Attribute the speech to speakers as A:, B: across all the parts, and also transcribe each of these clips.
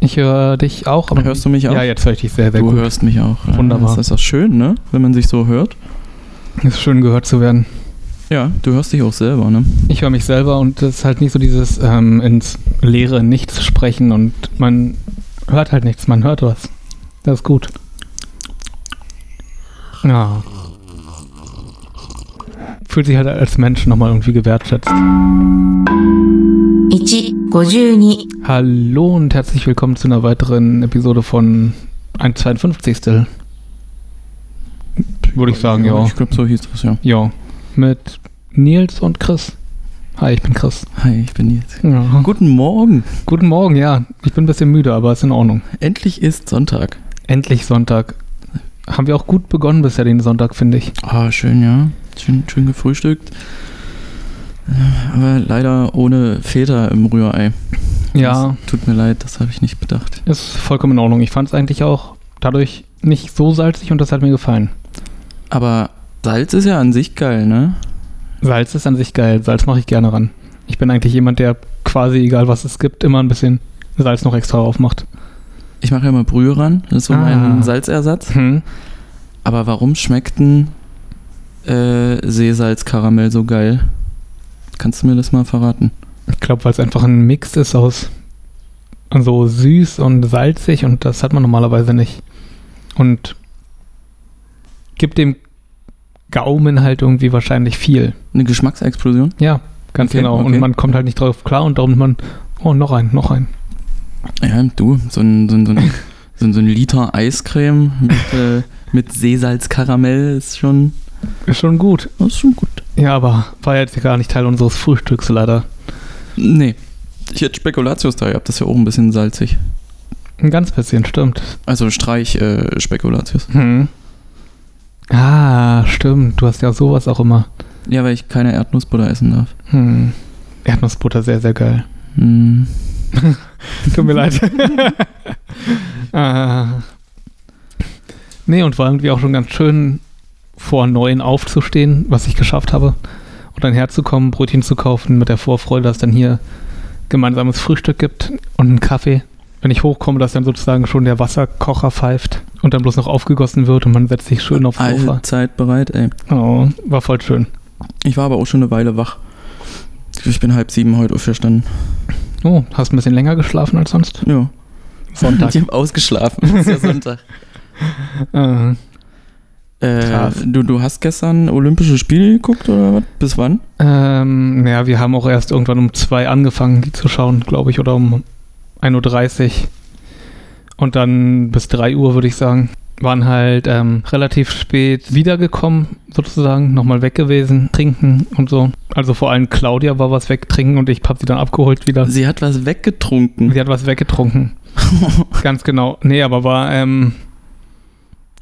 A: Ich höre dich auch.
B: Aber hörst du mich auch?
A: Mhm. Ja, jetzt höre ich dich sehr, sehr
B: du
A: gut.
B: hörst mich auch. Ja,
A: Wunderbar.
B: Das ist auch schön, ne? Wenn man sich so hört.
A: Ist schön gehört zu werden.
B: Ja, du hörst dich auch selber, ne?
A: Ich höre mich selber und es ist halt nicht so dieses ähm, ins leere Nichts sprechen und man hört halt nichts, man hört was. Das ist gut. Ja. Fühlt sich halt als Mensch nochmal irgendwie gewertschätzt.
C: 152
A: Hallo und herzlich willkommen zu einer weiteren Episode von 1,52. Würde ich sagen, ja.
B: Ich glaube, so hieß das, ja.
A: Ja. Mit Nils und Chris. Hi, ich bin Chris.
B: Hi, ich bin Nils.
A: Ja.
B: Guten Morgen.
A: Guten Morgen, ja. Ich bin ein bisschen müde, aber ist in Ordnung.
B: Endlich ist Sonntag.
A: Endlich Sonntag. Haben wir auch gut begonnen bisher den Sonntag, finde ich.
B: Ah, schön, ja. Schön, schön gefrühstückt. Äh, Aber leider ohne Feder im Rührei.
A: Ja,
B: Das tut mir leid, das habe ich nicht bedacht.
A: ist vollkommen in Ordnung. Ich fand es eigentlich auch dadurch nicht so salzig und das hat mir gefallen.
B: Aber Salz ist ja an sich geil, ne?
A: Salz ist an sich geil. Salz mache ich gerne ran. Ich bin eigentlich jemand, der quasi, egal was es gibt, immer ein bisschen Salz noch extra aufmacht.
B: Ich mache ja immer Brühe ran. Das ist so
A: Ah.
B: mein Salzersatz.
A: Hm.
B: Aber warum schmeckt ein äh, Seesalzkaramell so geil? Kannst du mir das mal verraten?
A: Ich glaube, weil es einfach ein Mix ist aus so süß und salzig und das hat man normalerweise nicht. Und gibt dem Gaumen halt irgendwie wahrscheinlich viel.
B: Eine Geschmacksexplosion?
A: Ja, ganz
B: Okay,
A: genau.
B: okay.
A: Und man kommt halt nicht drauf klar und darum man, oh, noch ein, noch ein.
B: Ja, du, so ein, so ein, so ein, so ein, so ein Liter Eiscreme mit, äh, mit Seesalzkaramell ist schon,
A: Ist schon gut.
B: ist schon gut.
A: Ja, aber war jetzt gar nicht Teil unseres Frühstücks leider.
B: Nee. Ich hätte Spekulatius da gehabt, das ist ja auch ein bisschen salzig.
A: Ein ganz bisschen, stimmt.
B: Also Streich äh, Spekulatius.
A: Hm. Ah, stimmt. Du hast ja sowas auch immer.
B: Ja, weil ich keine Erdnussbutter essen darf.
A: Hm. Erdnussbutter, sehr, sehr geil.
B: Hm.
A: Tut mir leid. ah. Nee, und war irgendwie auch schon ganz schön, vor neun aufzustehen, was ich geschafft habe. Und dann herzukommen, Brötchen zu kaufen, mit der Vorfreude, dass dann hier gemeinsames Frühstück gibt und einen Kaffee. Wenn ich hochkomme, dass dann sozusagen schon der Wasserkocher pfeift und dann bloß noch aufgegossen wird und man setzt sich schön aufs Sofa.
B: Allzeit bereit, ey.
A: Oh, war voll schön.
B: Ich war aber auch schon eine Weile wach. Ich bin halb sieben heute aufgestanden.
A: Oh, hast ein bisschen länger geschlafen als sonst?
B: Ja.
A: Sonntag.
B: Ich habe ausgeschlafen. Es ist ja Sonntag.
A: äh,
B: äh,
A: Krass.
B: du, du hast gestern Olympische Spiele geguckt oder was? Bis wann?
A: Ähm, naja, wir haben auch erst irgendwann um zwei angefangen, die zu schauen, glaube ich, oder um 1.30 Uhr. Und dann bis 3 Uhr, würde ich sagen, waren halt ähm, relativ spät wiedergekommen, sozusagen, nochmal weg gewesen, trinken und so. Also vor allem Claudia war was wegtrinken und ich hab sie dann abgeholt wieder.
B: Sie hat was weggetrunken.
A: Sie hat was weggetrunken. Ganz genau. Nee, aber war, ähm,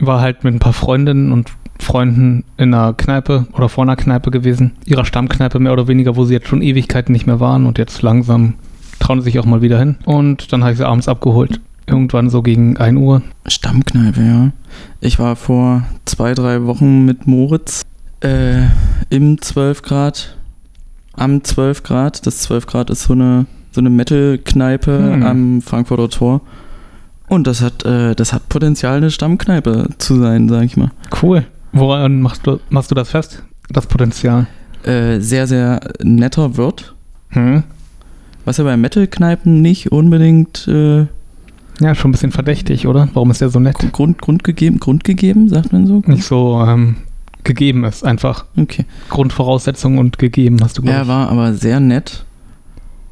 A: war halt mit ein paar Freundinnen und Freunden in einer Kneipe oder vor einer Kneipe gewesen. Ihrer Stammkneipe mehr oder weniger, wo sie jetzt schon Ewigkeiten nicht mehr waren und jetzt langsam trauen sie sich auch mal wieder hin. Und dann habe ich sie abends abgeholt. Irgendwann so gegen 1 Uhr.
B: Stammkneipe, ja. Ich war vor zwei, drei Wochen mit Moritz äh, im 12 Grad, am 12 Grad. Das 12 Grad ist so eine, so eine Metal-Kneipe
A: Hm.
B: am Frankfurter Tor. Und das hat, äh, das hat Potenzial, eine Stammkneipe zu sein, sag ich mal.
A: Cool. Woran machst du, machst du das fest? Das Potenzial.
B: Äh, sehr, sehr netter Wirt.
A: Hm?
B: Was ja bei Metal-Kneipen nicht unbedingt äh,
A: Ja, schon ein bisschen verdächtig, oder? Warum ist der so nett?
B: Grund, grundgegeben, grundgegeben, sagt man so?
A: Nicht so ähm, gegeben ist, einfach.
B: Okay.
A: Grundvoraussetzungen und gegeben, hast du
B: Er
A: gesagt.
B: war aber sehr nett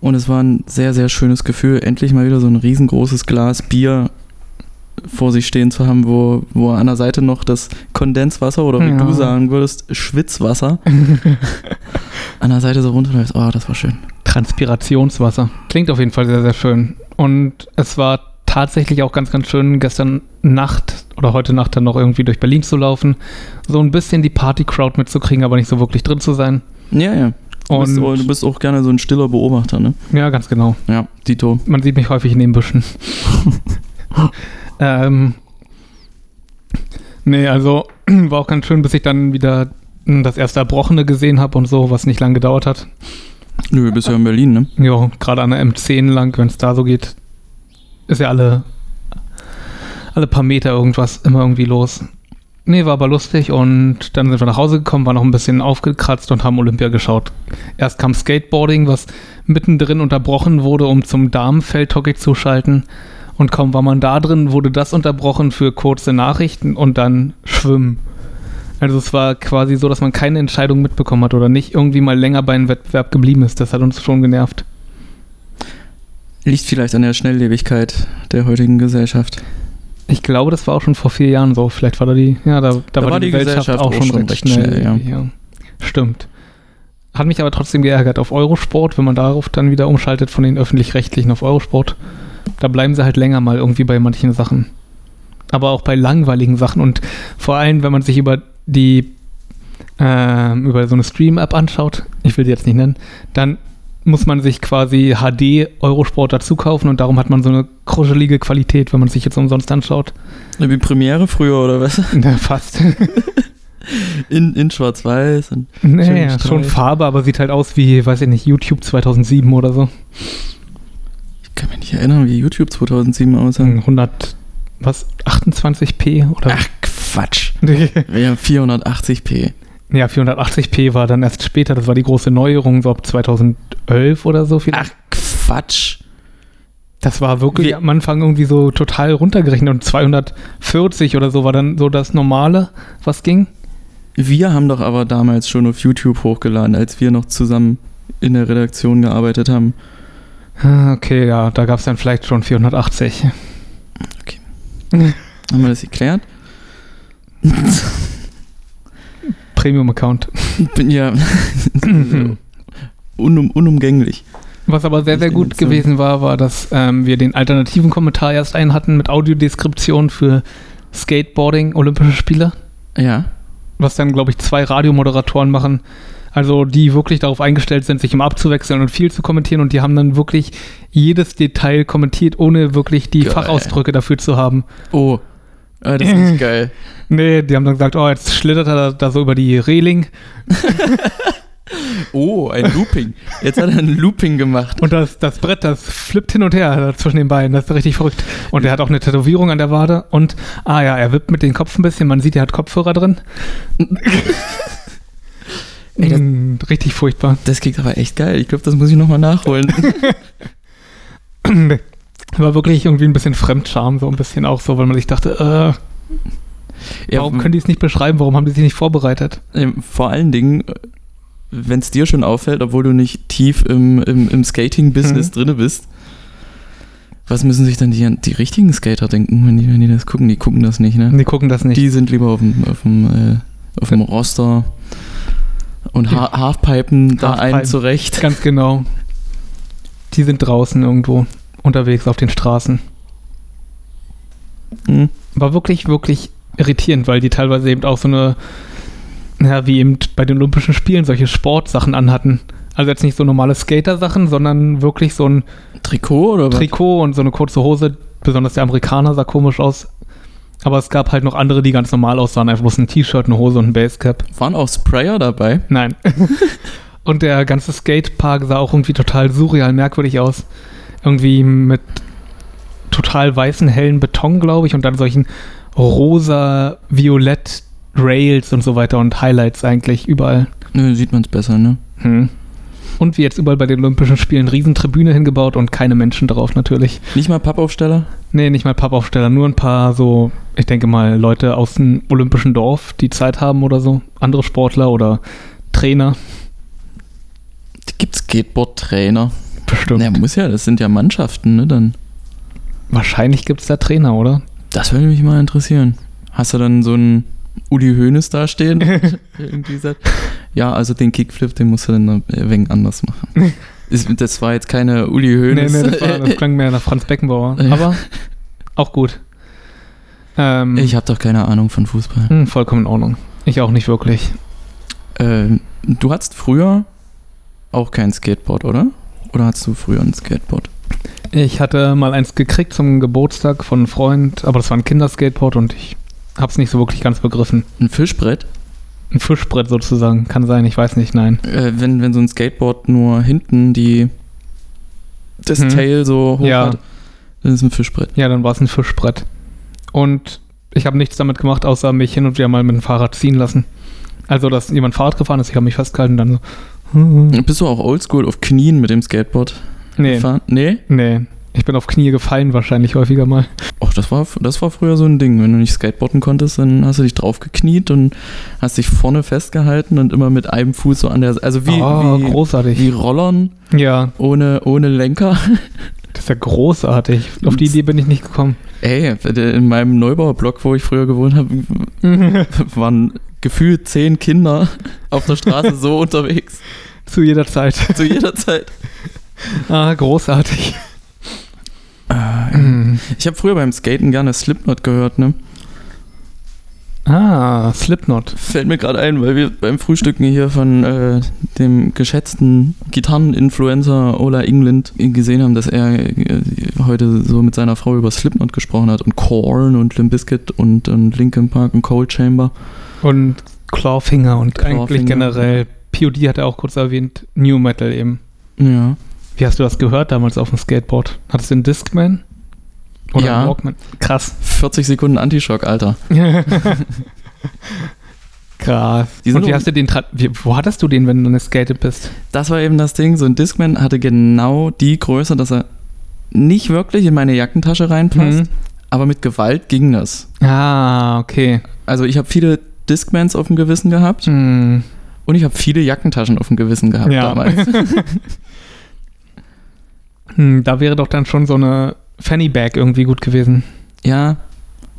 B: und es war ein sehr, sehr schönes Gefühl, endlich mal wieder so ein riesengroßes Glas Bier vor sich stehen zu haben, wo, wo an der Seite noch das Kondenswasser oder wie
A: Ja.
B: du sagen würdest, Schwitzwasser an der Seite so runterläuft. Oh, das war schön.
A: Transpirationswasser. Klingt auf jeden Fall sehr, sehr schön. Und es war tatsächlich auch ganz, ganz schön, gestern Nacht oder heute Nacht dann noch irgendwie durch Berlin zu laufen. So ein bisschen die Party-Crowd mitzukriegen, aber nicht so wirklich drin zu sein.
B: Ja, ja. Du, bist, auch- du
A: Und
B: bist auch gerne so ein stiller Beobachter, ne?
A: ja, ganz genau.
B: Ja, Dito.
A: Man sieht mich häufig in den Büschen. ähm, nee, also war auch ganz schön, bis ich dann wieder hm, das erste Erbrochene gesehen habe und so, was nicht lange gedauert hat. Ah.
B: Nö, du bist ja in Berlin, ne?
A: Ja, gerade an der M10 lang, wenn es da so geht. Ist ja alle, alle paar Meter irgendwas immer irgendwie los. Nee, war aber lustig und dann sind wir nach Hause gekommen, waren noch ein bisschen aufgekratzt und haben Olympia geschaut. Erst kam Skateboarding, was mittendrin unterbrochen wurde, um zum Damenfeldhockey zu schalten. Und kaum war man da drin, wurde das unterbrochen für kurze Nachrichten und dann Schwimmen. Also es war quasi so, dass man keine Entscheidung mitbekommen hat oder nicht irgendwie mal länger bei einem Wettbewerb geblieben ist. Das hat uns schon genervt.
B: Liegt vielleicht an der Schnelllebigkeit der heutigen Gesellschaft.
A: Ich glaube, das war auch schon vor vier Jahren so. Vielleicht war da die, ja, da, da, war, die, Gesellschaft auch schon recht, schnell.
B: ja.
A: ja. Stimmt. Hat mich aber trotzdem geärgert auf Eurosport, wenn man darauf dann wieder umschaltet von den öffentlich-rechtlichen auf Eurosport. Da bleiben sie halt länger mal irgendwie bei manchen Sachen. Aber auch bei langweiligen Sachen und vor allem, wenn man sich über die ähm, über so eine Stream-App anschaut, ich will die jetzt nicht nennen, dann muss man sich quasi HD Eurosport dazu kaufen und darum hat man so eine kruschelige Qualität, wenn man sich jetzt umsonst anschaut.
B: Wie Premiere früher oder was?
A: Na, fast.
B: In, in Schwarz-Weiß. und-
A: naja,
B: Streif.
A: schon Farbe, aber sieht halt aus wie, weiß ich nicht, YouTube 2007 oder so.
B: Ich kann mich nicht erinnern, wie YouTube 2007 aussah.
A: Hm. 100, was, 28p oder?
B: Ach Quatsch. Wir haben 480p.
A: ja, 480p war dann erst später, das war die große Neuerung, so ab 2011 oder so. Vielleicht.
B: Ach Quatsch.
A: Das war wirklich
B: Wir-
A: am Anfang irgendwie so total runtergerechnet und 240 oder so war dann so das Normale, was ging.
B: Wir haben doch aber damals schon auf YouTube hochgeladen, als wir noch zusammen in der Redaktion gearbeitet haben.
A: Ah, Okay, ja, da gab es dann vielleicht schon 480.
B: Haben wir das geklärt?
A: Premium-Account.
B: Bin ja unum, unumgänglich.
A: Was aber sehr, sehr
B: Ich
A: gut
B: bin jetzt so-
A: gewesen war, war, dass ähm, wir den alternativen Kommentar erst einen hatten mit Audiodeskription für Skateboarding, Olympische Spiele,
B: Ja.
A: was dann, glaube ich, zwei Radiomoderatoren machen. Also die wirklich darauf eingestellt sind, sich immer abzuwechseln und viel zu kommentieren und die haben dann wirklich jedes Detail kommentiert, ohne wirklich die
B: Geil.
A: Fachausdrücke dafür zu haben.
B: Oh. Ah, das ist nicht geil.
A: Nee, die haben dann gesagt, oh, jetzt schlittert er da, da so über die Reling
B: Oh, ein Looping. Jetzt hat er ein Looping gemacht.
A: und das, das Brett, das flippt hin und her da zwischen den Beinen. Das ist richtig verrückt. Und er hat auch eine Tätowierung an der Wade und, ah ja, er wippt mit dem Kopf ein bisschen. Man sieht, er hat Kopfhörer drin.
B: Ey, das-
A: Mm, richtig furchtbar.
B: Das klingt aber echt geil. Ich glaube, das muss ich nochmal nachholen.
A: Nee. War wirklich irgendwie ein bisschen Fremdscham, so ein bisschen auch so, weil man sich dachte, äh, warum können die es nicht beschreiben? Warum haben die sich nicht vorbereitet?
B: Ähm, Vor allen Dingen, wenn es dir schon auffällt, obwohl du nicht tief im, im, im Skating-Business
A: Mhm.
B: drinne bist, was müssen sich dann die, die richtigen Skater denken, wenn die, wenn die das gucken? Die gucken das nicht, ne?
A: Die gucken das nicht.
B: Die sind lieber auf dem, auf dem, äh, auf dem Roster und ha Halfpipen da einen
A: Halfpipen.
B: zurecht.
A: Ganz genau. Die sind draußen irgendwo unterwegs auf den Straßen.
B: Mhm.
A: war wirklich, wirklich irritierend, weil die teilweise eben auch so eine, ja, wie eben bei den Olympischen Spielen solche Sportsachen anhatten. Also jetzt nicht so normale Skater-Sachen, sondern wirklich so ein
B: Trikot oder was?
A: Trikot und so eine kurze Hose. Besonders der Amerikaner sah komisch aus. Aber es gab halt noch andere, die ganz normal aussahen. Einfach bloß ein T-Shirt, eine Hose und ein Basecap.
B: Waren auch Sprayer dabei?
A: Nein. Und der ganze Skatepark sah auch irgendwie total surreal, merkwürdig aus. Irgendwie mit total weißen, hellen Beton, glaube ich, und dann solchen rosa, violett Rails und so weiter und Highlights eigentlich überall.
B: Nö, sieht man es besser, ne?
A: Hm. Und wie jetzt überall bei den Olympischen Spielen, Riesentribüne hingebaut und keine Menschen drauf natürlich.
B: Nicht mal Pappaufsteller?
A: Nee, nicht mal Pappaufsteller, nur ein paar so, ich denke mal, Leute aus dem olympischen Dorf, die Zeit haben oder so. Andere Sportler oder Trainer.
B: Gibt Skateboard-Trainer?
A: Bestimmt.
B: Naja, muss ja, das sind ja Mannschaften, ne? Dann.
A: Wahrscheinlich gibt es da Trainer, oder?
B: Das würde mich mal interessieren. Hast du dann so einen Uli Hoeneß dastehen? der irgendwie sagt, ja, also den Kickflip, den musst du dann ein wenig anders machen. Ist, das war jetzt keine Uli Hoeneß.
A: das, war, das klang mehr nach Franz Beckenbauer.
B: Ja.
A: Aber auch gut. Ähm,
B: ich habe doch keine Ahnung von Fußball.
A: hm, vollkommen in Ordnung. Ich auch nicht wirklich.
B: Ähm, du hattest früher auch kein Skateboard, oder? Oder hattest du früher ein Skateboard?
A: Ich hatte mal eins gekriegt zum Geburtstag von einem Freund, aber das war ein Kinderskateboard und ich hab's nicht so wirklich ganz begriffen.
B: Ein Fischbrett?
A: Ein Fischbrett sozusagen, kann sein, ich weiß nicht, nein.
B: Äh, wenn, wenn so ein Skateboard nur hinten die das
A: Hm.
B: Tail so hoch
A: Ja.
B: hat. Dann ist ein Fischbrett.
A: Ja, dann war es ein Fischbrett. Und ich habe nichts damit gemacht, außer mich hin und wieder mal mit dem Fahrrad ziehen lassen. Also, dass jemand Fahrrad gefahren ist, ich habe mich festgehalten und dann so. hm, hm.
B: Bist du auch oldschool auf Knien mit dem Skateboard
A: Nee,
B: gefahren? Nee?
A: nee. Ich bin auf Knie gefallen wahrscheinlich häufiger mal.
B: Och, das war, das war früher so ein Ding. Wenn du nicht skateboarden konntest, dann hast du dich draufgekniet und hast dich vorne festgehalten und immer mit einem Fuß so an der. Also wie,
A: oh,
B: wie,
A: großartig.
B: wie Rollern
A: Ja,
B: ohne, ohne Lenker.
A: das ist ja großartig. Auf die Idee bin ich nicht gekommen.
B: Ey, in meinem Neubaublock, wo ich früher gewohnt habe, waren gefühlt zehn Kinder auf der Straße so unterwegs.
A: Zu jeder Zeit.
B: Zu jeder Zeit.
A: Ah, großartig. Mhm.
B: Ich habe früher beim Skaten gerne Slipknot gehört, ne?
A: Ah, Slipknot.
B: Fällt mir gerade ein, weil wir beim Frühstücken hier von äh, dem geschätzten Gitarreninfluencer Ola England gesehen haben, dass er äh, heute so mit seiner Frau über Slipknot gesprochen hat und Korn und Limp Bizkit und, und Linkin Park und Cold Chamber.
A: Und Clawfinger und eigentlich
B: Clawfinger.
A: generell. POD hat er auch kurz erwähnt. New Metal eben.
B: Ja.
A: Wie hast du das gehört damals auf dem Skateboard? Hattest du einen Discman? Oder
B: Ja.
A: einen Walkman? Krass.
B: 40 Sekunden Antischock, Alter.
A: Krass.
B: Die sind
A: Und wie
B: um-
A: hast du den, tra- wie, wo hattest du den, wenn du geskatet bist?
B: Das war eben das Ding, so ein Discman hatte genau die Größe, dass er nicht wirklich in meine Jackentasche
A: Hm?
B: reinpasst,
A: Mhm.
B: aber mit Gewalt ging das.
A: Ah, okay.
B: Also ich habe viele Discmans auf dem Gewissen gehabt.
A: Hm.
B: Und ich habe viele Jackentaschen auf dem Gewissen gehabt
A: Ja.
B: damals.
A: Hm, da wäre doch dann schon so eine Fanny Bag irgendwie gut gewesen.
B: ja,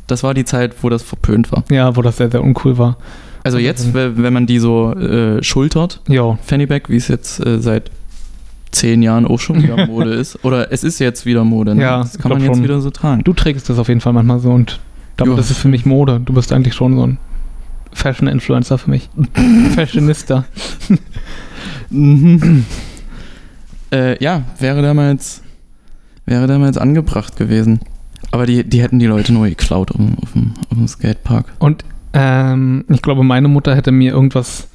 B: das war die Zeit, wo das verpönt war.
A: Ja, wo das sehr, sehr uncool war.
B: Also jetzt, we- wenn man die so äh, schultert,
A: Jo.
B: Fannyback, wie es jetzt äh, seit zehn Jahren auch schon wieder Mode ist, oder es ist jetzt wieder Mode, ne?
A: Ja,
B: das
A: ich
B: kann man
A: glaub
B: jetzt
A: schon.
B: wieder so tragen.
A: Du trägst das auf jeden Fall manchmal so und damit
B: Ja.
A: ist es für mich Mode. Du bist eigentlich schon so ein Fashion-Influencer für mich. Fashionista.
B: Mhm. äh, ja, wäre damals, wäre damals angebracht gewesen. Aber die, die hätten die Leute nur geklaut um, auf dem, auf dem, auf dem Skatepark.
A: Und ähm, ich glaube, meine Mutter hätte mir irgendwas,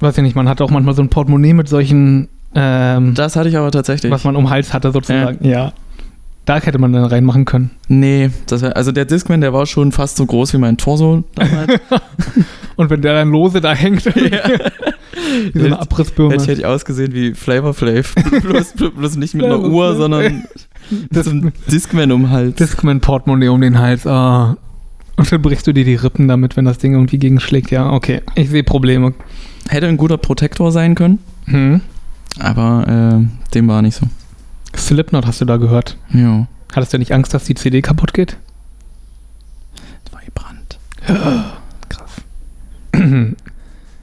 A: weiß ich nicht, man hatte auch manchmal so ein Portemonnaie mit solchen, ähm,
B: Das hatte ich aber tatsächlich.
A: was man um den Hals hatte sozusagen. Ja. Da hätte man dann reinmachen können.
B: Nee, das wär, also der Discman, der war schon fast so groß wie mein Torso damals.
A: Und wenn der dann lose da hängt, wie so eine
B: Hätte- Hätte
A: Abrissbirne.
B: ich ausgesehen wie Flavor Flav. bloß, bloß nicht mit einer
A: Flavor
B: Uhr,
A: Flav.
B: sondern mit so einem Discman um den Hals.
A: Discman-Portemonnaie um den Hals. Ah. Und dann brichst du dir die Rippen damit, wenn das Ding irgendwie gegenschlägt. Ja, okay. Ich sehe Probleme.
B: Hätte ein guter Protektor sein können,
A: Hm.
B: aber äh, dem war nicht so.
A: Slipknot hast du da gehört.
B: Jo.
A: Hattest du nicht Angst, dass die CD kaputt geht?
B: Das war gebrannt.
A: Krass.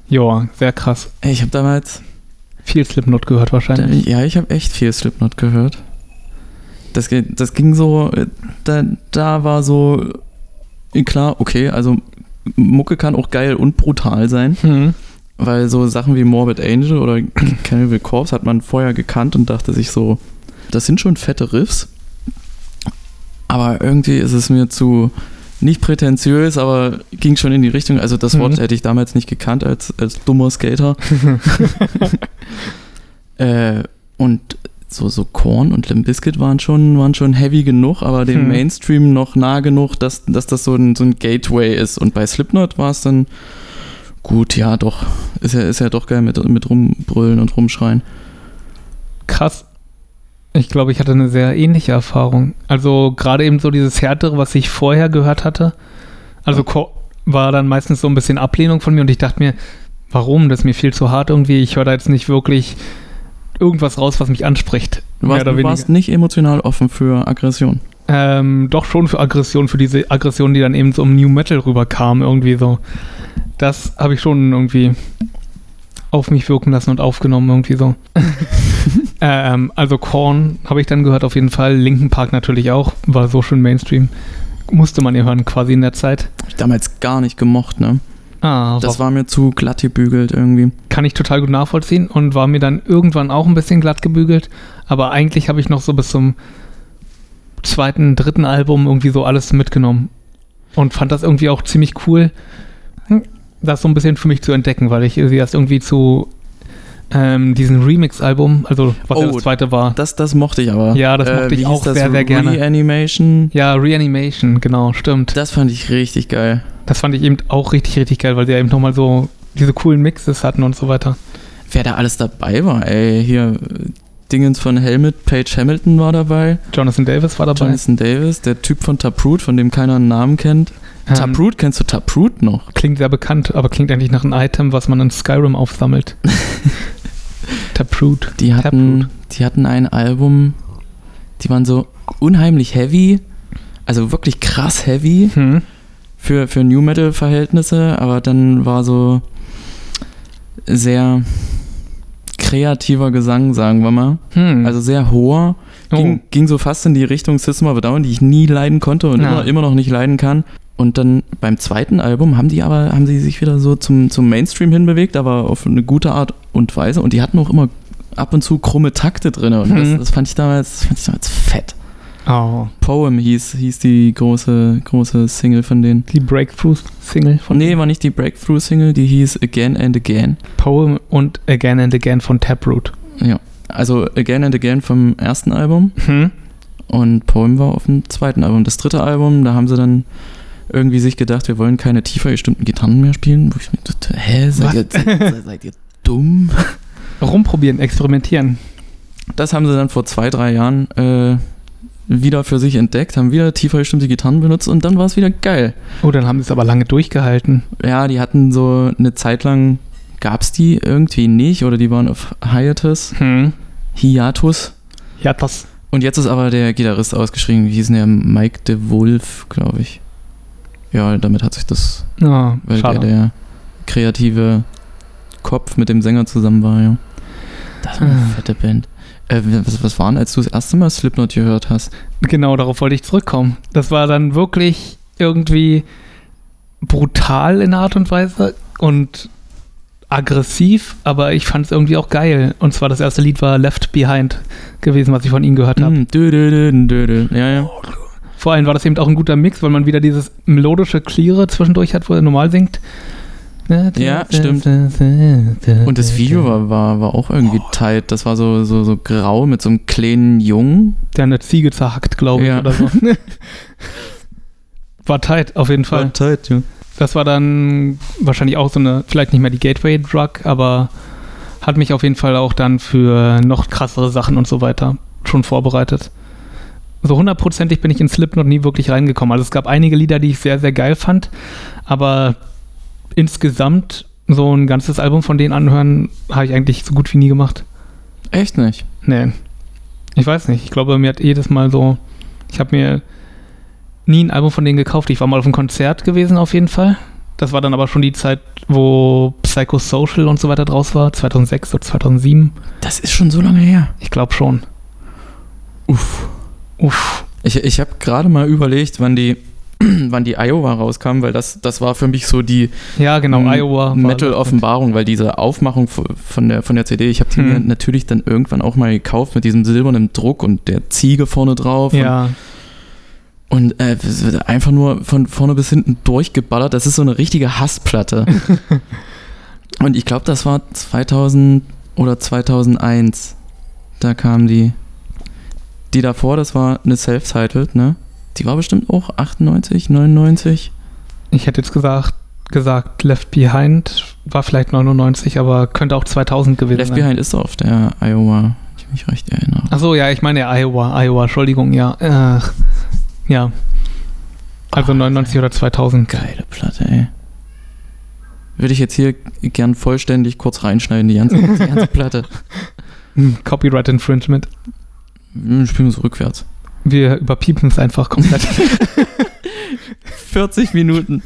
A: ja, sehr krass.
B: Ey, Ich habe damals,
A: Viel Slipknot gehört wahrscheinlich.
B: ja, ich habe echt viel Slipknot gehört. Das, ge- das ging so, äh, da, da war so, äh, klar, okay, also Mucke kann auch geil und brutal sein.
A: Hm.
B: Weil so Sachen wie Morbid Angel oder Cannibal Corpse hat man vorher gekannt und dachte sich so, das sind schon fette Riffs. Aber irgendwie ist es mir zu nicht prätentiös, aber ging schon in die Richtung. Also das
A: Mhm.
B: Wort hätte ich damals nicht gekannt als, als dummer Skater. äh, und so, so Korn und Limp Bizkit waren schon, waren schon heavy genug, aber dem
A: Hm.
B: Mainstream noch nah genug, dass, dass das so ein, so ein Gateway ist. Und bei Slipknot war es dann gut, ja, doch. Ist ja, ist ja doch geil mit, mit rumbrüllen und rumschreien.
A: Krass. Ich glaube, ich hatte eine sehr ähnliche Erfahrung. Also gerade eben so dieses Härtere, was ich vorher gehört hatte. Also ko- war dann meistens so ein bisschen Ablehnung von mir und ich dachte mir, warum? Das ist mir viel zu hart irgendwie. Ich höre da jetzt nicht wirklich irgendwas raus, was mich anspricht.
B: Du warst, du warst nicht emotional offen für Aggression.
A: Ähm, doch schon für Aggression, für diese Aggression, die dann eben so um New Metal rüberkam, irgendwie so. Das habe ich schon irgendwie auf mich wirken lassen und aufgenommen, irgendwie so. ähm, also Korn habe ich dann gehört, auf jeden Fall. Linken Park natürlich auch, war so schön Mainstream. Musste man ja hören, quasi in der Zeit.
B: Hab ich damals gar nicht gemocht, ne?
A: Ah,
B: Das war mir zu glatt gebügelt irgendwie.
A: kann ich total gut nachvollziehen und war mir dann irgendwann auch ein bisschen glatt gebügelt. Aber eigentlich habe ich noch so bis zum zweiten, dritten Album irgendwie so alles mitgenommen und fand das irgendwie auch ziemlich cool, das so ein bisschen für mich zu entdecken, weil ich sie erst irgendwie zu ähm, diesen Remix-Album, also was ja
B: Oh,
A: das zweite war.
B: Das, das mochte ich aber. Äh,
A: Ja, das mochte ich
B: wie
A: auch
B: hieß das?
A: sehr, sehr gerne.
B: Reanimation.
A: Ja, Reanimation, genau, stimmt.
B: Das fand ich richtig geil.
A: Das fand ich eben auch richtig, richtig geil, weil sie ja eben nochmal so diese coolen Mixes hatten und so weiter.
B: Wer da alles dabei war, ey. Hier, äh, Dingens von Helmet, Paige Hamilton war dabei.
A: Jonathan Davis war dabei.
B: Jonathan Davis, der Typ von Taproot, von dem keiner einen Namen kennt.
A: Ähm,
B: Taproot, kennst du Taproot noch?
A: Klingt sehr bekannt, aber klingt eigentlich nach einem Item, was man in Skyrim aufsammelt. Taproot.
B: Die hatten, die hatten ein Album, die waren so unheimlich heavy, also wirklich krass heavy
A: Hm.
B: für, für New Metal-Verhältnisse, aber dann war so sehr kreativer Gesang, sagen wir mal.
A: Hm.
B: Also sehr hoher.
A: oh.
B: Ging, ging so fast in die Richtung System of a Down, die ich nie leiden konnte und
A: Ja.
B: immer, immer noch nicht leiden kann. Und dann beim zweiten Album haben die aber, haben sie sich wieder so zum, zum Mainstream hinbewegt, aber auf eine gute Art und Weise. Und die hatten auch immer ab und zu krumme Takte drin. Und
A: Mhm.
B: das, das fand ich damals, fand ich damals fett.
A: oh.
B: Poem hieß, hieß die große, große Single von denen.
A: Die Breakthrough-Single von
B: nee, war nicht die Breakthrough-Single, die hieß Again and Again.
A: Poem und Again and Again von Taproot.
B: Also Again and Again vom ersten Album.
A: Hm.
B: Und Poem war auf dem zweiten Album. Das dritte Album, da haben sie dann irgendwie sich gedacht, wir wollen keine tiefer gestimmten Gitarren mehr spielen. Wo ich mir dachte, hä, seid
A: Was?
B: ihr, seid, seid, seid ihr dumm?
A: Rumprobieren, experimentieren.
B: Das haben sie dann vor zwei, drei Jahren äh, wieder für sich entdeckt, haben wieder tiefer gestimmte Gitarren benutzt und dann war es wieder geil.
A: Oh, dann haben sie es aber lange durchgehalten.
B: Ja, die hatten so eine Zeit lang, gab es die irgendwie nicht oder die waren auf Hiatus.
A: Hm.
B: Hiatus.
A: Ja, das.
B: Und jetzt ist aber der Gitarrist ausgeschrieben, wie hieß denn der? Mike DeWolf, glaube ich. Ja, damit hat sich das
A: Oh,
B: Weil
A: schade.
B: der der kreative Kopf mit dem Sänger zusammen war, ja. Das war eine
A: Ah.
B: fette Band. Äh, was, was waren, als du das erste Mal Slipknot gehört hast?
A: Genau, darauf wollte ich zurückkommen. Das war dann wirklich irgendwie brutal in einer Art und Weise und aggressiv, aber ich fand es irgendwie auch geil. Und zwar das erste Lied war Left Behind gewesen, was ich von ihnen gehört habe.
B: Mm, dö, dö, dö, dö, dö. Ja, ja.
A: Vor allem war das eben auch ein guter Mix, weil man wieder dieses melodische Cleare zwischendurch hat, wo er normal singt. Ne,
B: Ja, stimmt. Und
A: Und
B: das Video war, war, war auch irgendwie tight. Das war so, so, so grau mit so einem kleinen Jungen.
A: Der eine Ziege zerhackt, glaube ich,
B: Ja.
A: oder so. war tight, auf jeden Fall.
B: tight, ja.
A: Das war dann wahrscheinlich auch so eine, vielleicht nicht mehr die Gateway-Drug, aber hat mich auf jeden Fall auch dann für noch krassere Sachen und so weiter schon vorbereitet. So hundertprozentig bin ich in Slipknot nie wirklich reingekommen. Also es gab einige Lieder, die ich sehr, sehr geil fand, aber insgesamt so ein ganzes Album von denen anhören, habe ich eigentlich so gut wie nie gemacht.
B: Echt nicht.
A: Nee. Ich weiß nicht. Ich glaube, mir hat jedes Mal so. Ich habe mir nie ein Album von denen gekauft. Ich war mal auf einem Konzert gewesen, auf jeden Fall. Das war dann aber schon die Zeit, wo Psychosocial und so weiter draus war. 2006 oder 2007.
B: Das ist schon so lange her.
A: Ich glaube schon.
B: Uff.
A: Uff.
B: Ich, ich habe gerade mal überlegt, wann die, wann die Iowa rauskam, weil das, das war für mich so die,
A: Ja, genau.
B: Mm,
A: Iowa. war-
B: Metal-Offenbarung, weil diese Aufmachung v- von der, von der CD, ich habe die
A: Hm.
B: mir natürlich dann irgendwann auch mal gekauft mit diesem silbernen Druck und der Ziege vorne drauf.
A: Ja.
B: Und, und äh, es wird einfach nur von vorne bis hinten durchgeballert. Das ist so eine richtige Hassplatte. und ich glaube, das war 2000 oder 2001. Da kam die. Die davor, das war eine Self-Titled, ne? Die war bestimmt auch 98, 99.
A: Ich hätte jetzt gesagt, gesagt, Left Behind war vielleicht 99, aber könnte auch 2000 gewesen
B: Left
A: sein.
B: Behind ist auf der Iowa, wenn ich mich recht erinnere.
A: Ach so, ja, ich meine ja Iowa, Iowa, Entschuldigung, ja. Ach, ja. Also
B: Ah,
A: 99 oder 2000.
B: Geile Platte, ey. Würde ich jetzt hier gern vollständig kurz reinschneiden, die ganze, die ganze Platte.
A: Hm, Copyright Infringement.
B: Hm, Spielen wir so rückwärts.
A: Wir überpiepen es einfach komplett.
B: 40 Minuten.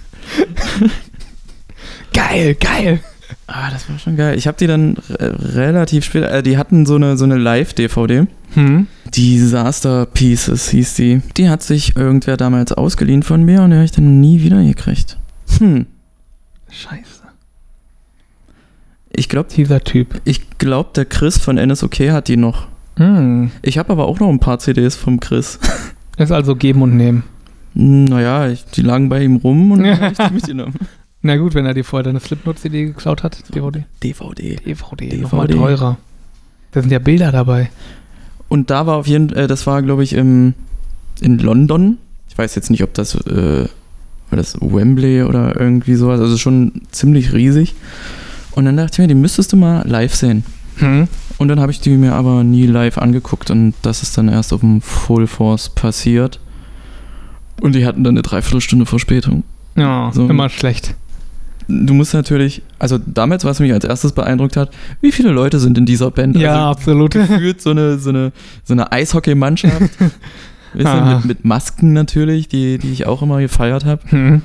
A: geil, geil.
B: Ah, das war schon geil. Ich habe die dann re relativ spät, äh, die hatten so eine, so eine Live-DVD.
A: Hm?
B: Disaster Pieces hieß die. Die hat sich irgendwer damals ausgeliehen von mir und die habe ich dann nie wieder gekriegt. Hm.
A: Scheiße.
B: Ich glaube,
A: Dieser Typ.
B: ich glaub, der Chris von NSOK hat die noch.
A: Hm.
B: Ich habe aber auch noch ein paar CDs vom Chris. Hm,
A: Ist also geben und nehmen.
B: Naja, ich, die lagen bei ihm rum und dann hab ich die mitgenommen.
A: Na gut, wenn er dir vorher deine Slipknot-CD geklaut hat, DVD.
B: DVD.
A: DVD,
B: DVD.
A: nochmal teurer. Da sind ja Bilder dabei.
B: Und da war auf jeden Fall, äh, das war, glaube ich, im, in London. Ich weiß jetzt nicht, ob das, äh, war das Wembley oder irgendwie sowas. Also schon ziemlich riesig. Und dann dachte ich mir, die müsstest du mal live sehen.
A: Hm?
B: Und dann habe ich die mir aber nie live angeguckt und das ist dann erst auf dem Full Force passiert. Und die hatten dann eine Dreiviertelstunde Verspätung.
A: Ja,
B: So.
A: immer schlecht.
B: Du musst natürlich, also damals, was mich als erstes beeindruckt hat, wie viele Leute sind in dieser Band.
A: ja,
B: Also
A: absolut.
B: gefühlt so eine, so eine, so eine Eishockeymannschaft. Wisst ihr,
A: Ah.
B: mit, mit Masken natürlich, die, die ich auch immer gefeiert habe.
A: Hm.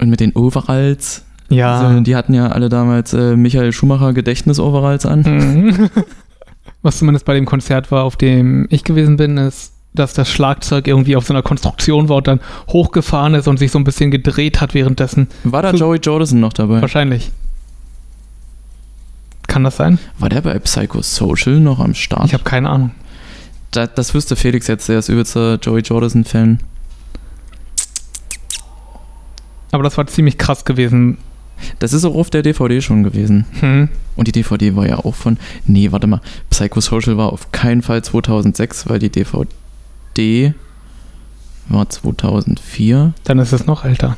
B: Und mit den Overalls.
A: Ja.
B: Also, die hatten ja alle damals äh, Michael Schumacher Gedächtnis-Overalls an.
A: Mhm. Was zumindest bei dem Konzert war, auf dem ich gewesen bin, ist, dass das Schlagzeug irgendwie auf so einer Konstruktion war und dann hochgefahren ist und sich so ein bisschen gedreht hat währenddessen.
B: War da
A: Für-
B: Joey Jordison noch dabei?
A: Wahrscheinlich. Kann das sein?
B: War der bei Psychosocial noch am Start?
A: Ich habe keine Ahnung.
B: da, das wüsste Felix jetzt, der ist übelster Joey Jordison-Fan.
A: Aber das war ziemlich krass gewesen.
B: Das ist auch auf der DVD schon gewesen.
A: Hm.
B: Und die DVD war ja auch von. Nee, warte mal. Psychosocial war auf keinen Fall 2006, weil die DVD war 2004.
A: Dann ist es noch älter.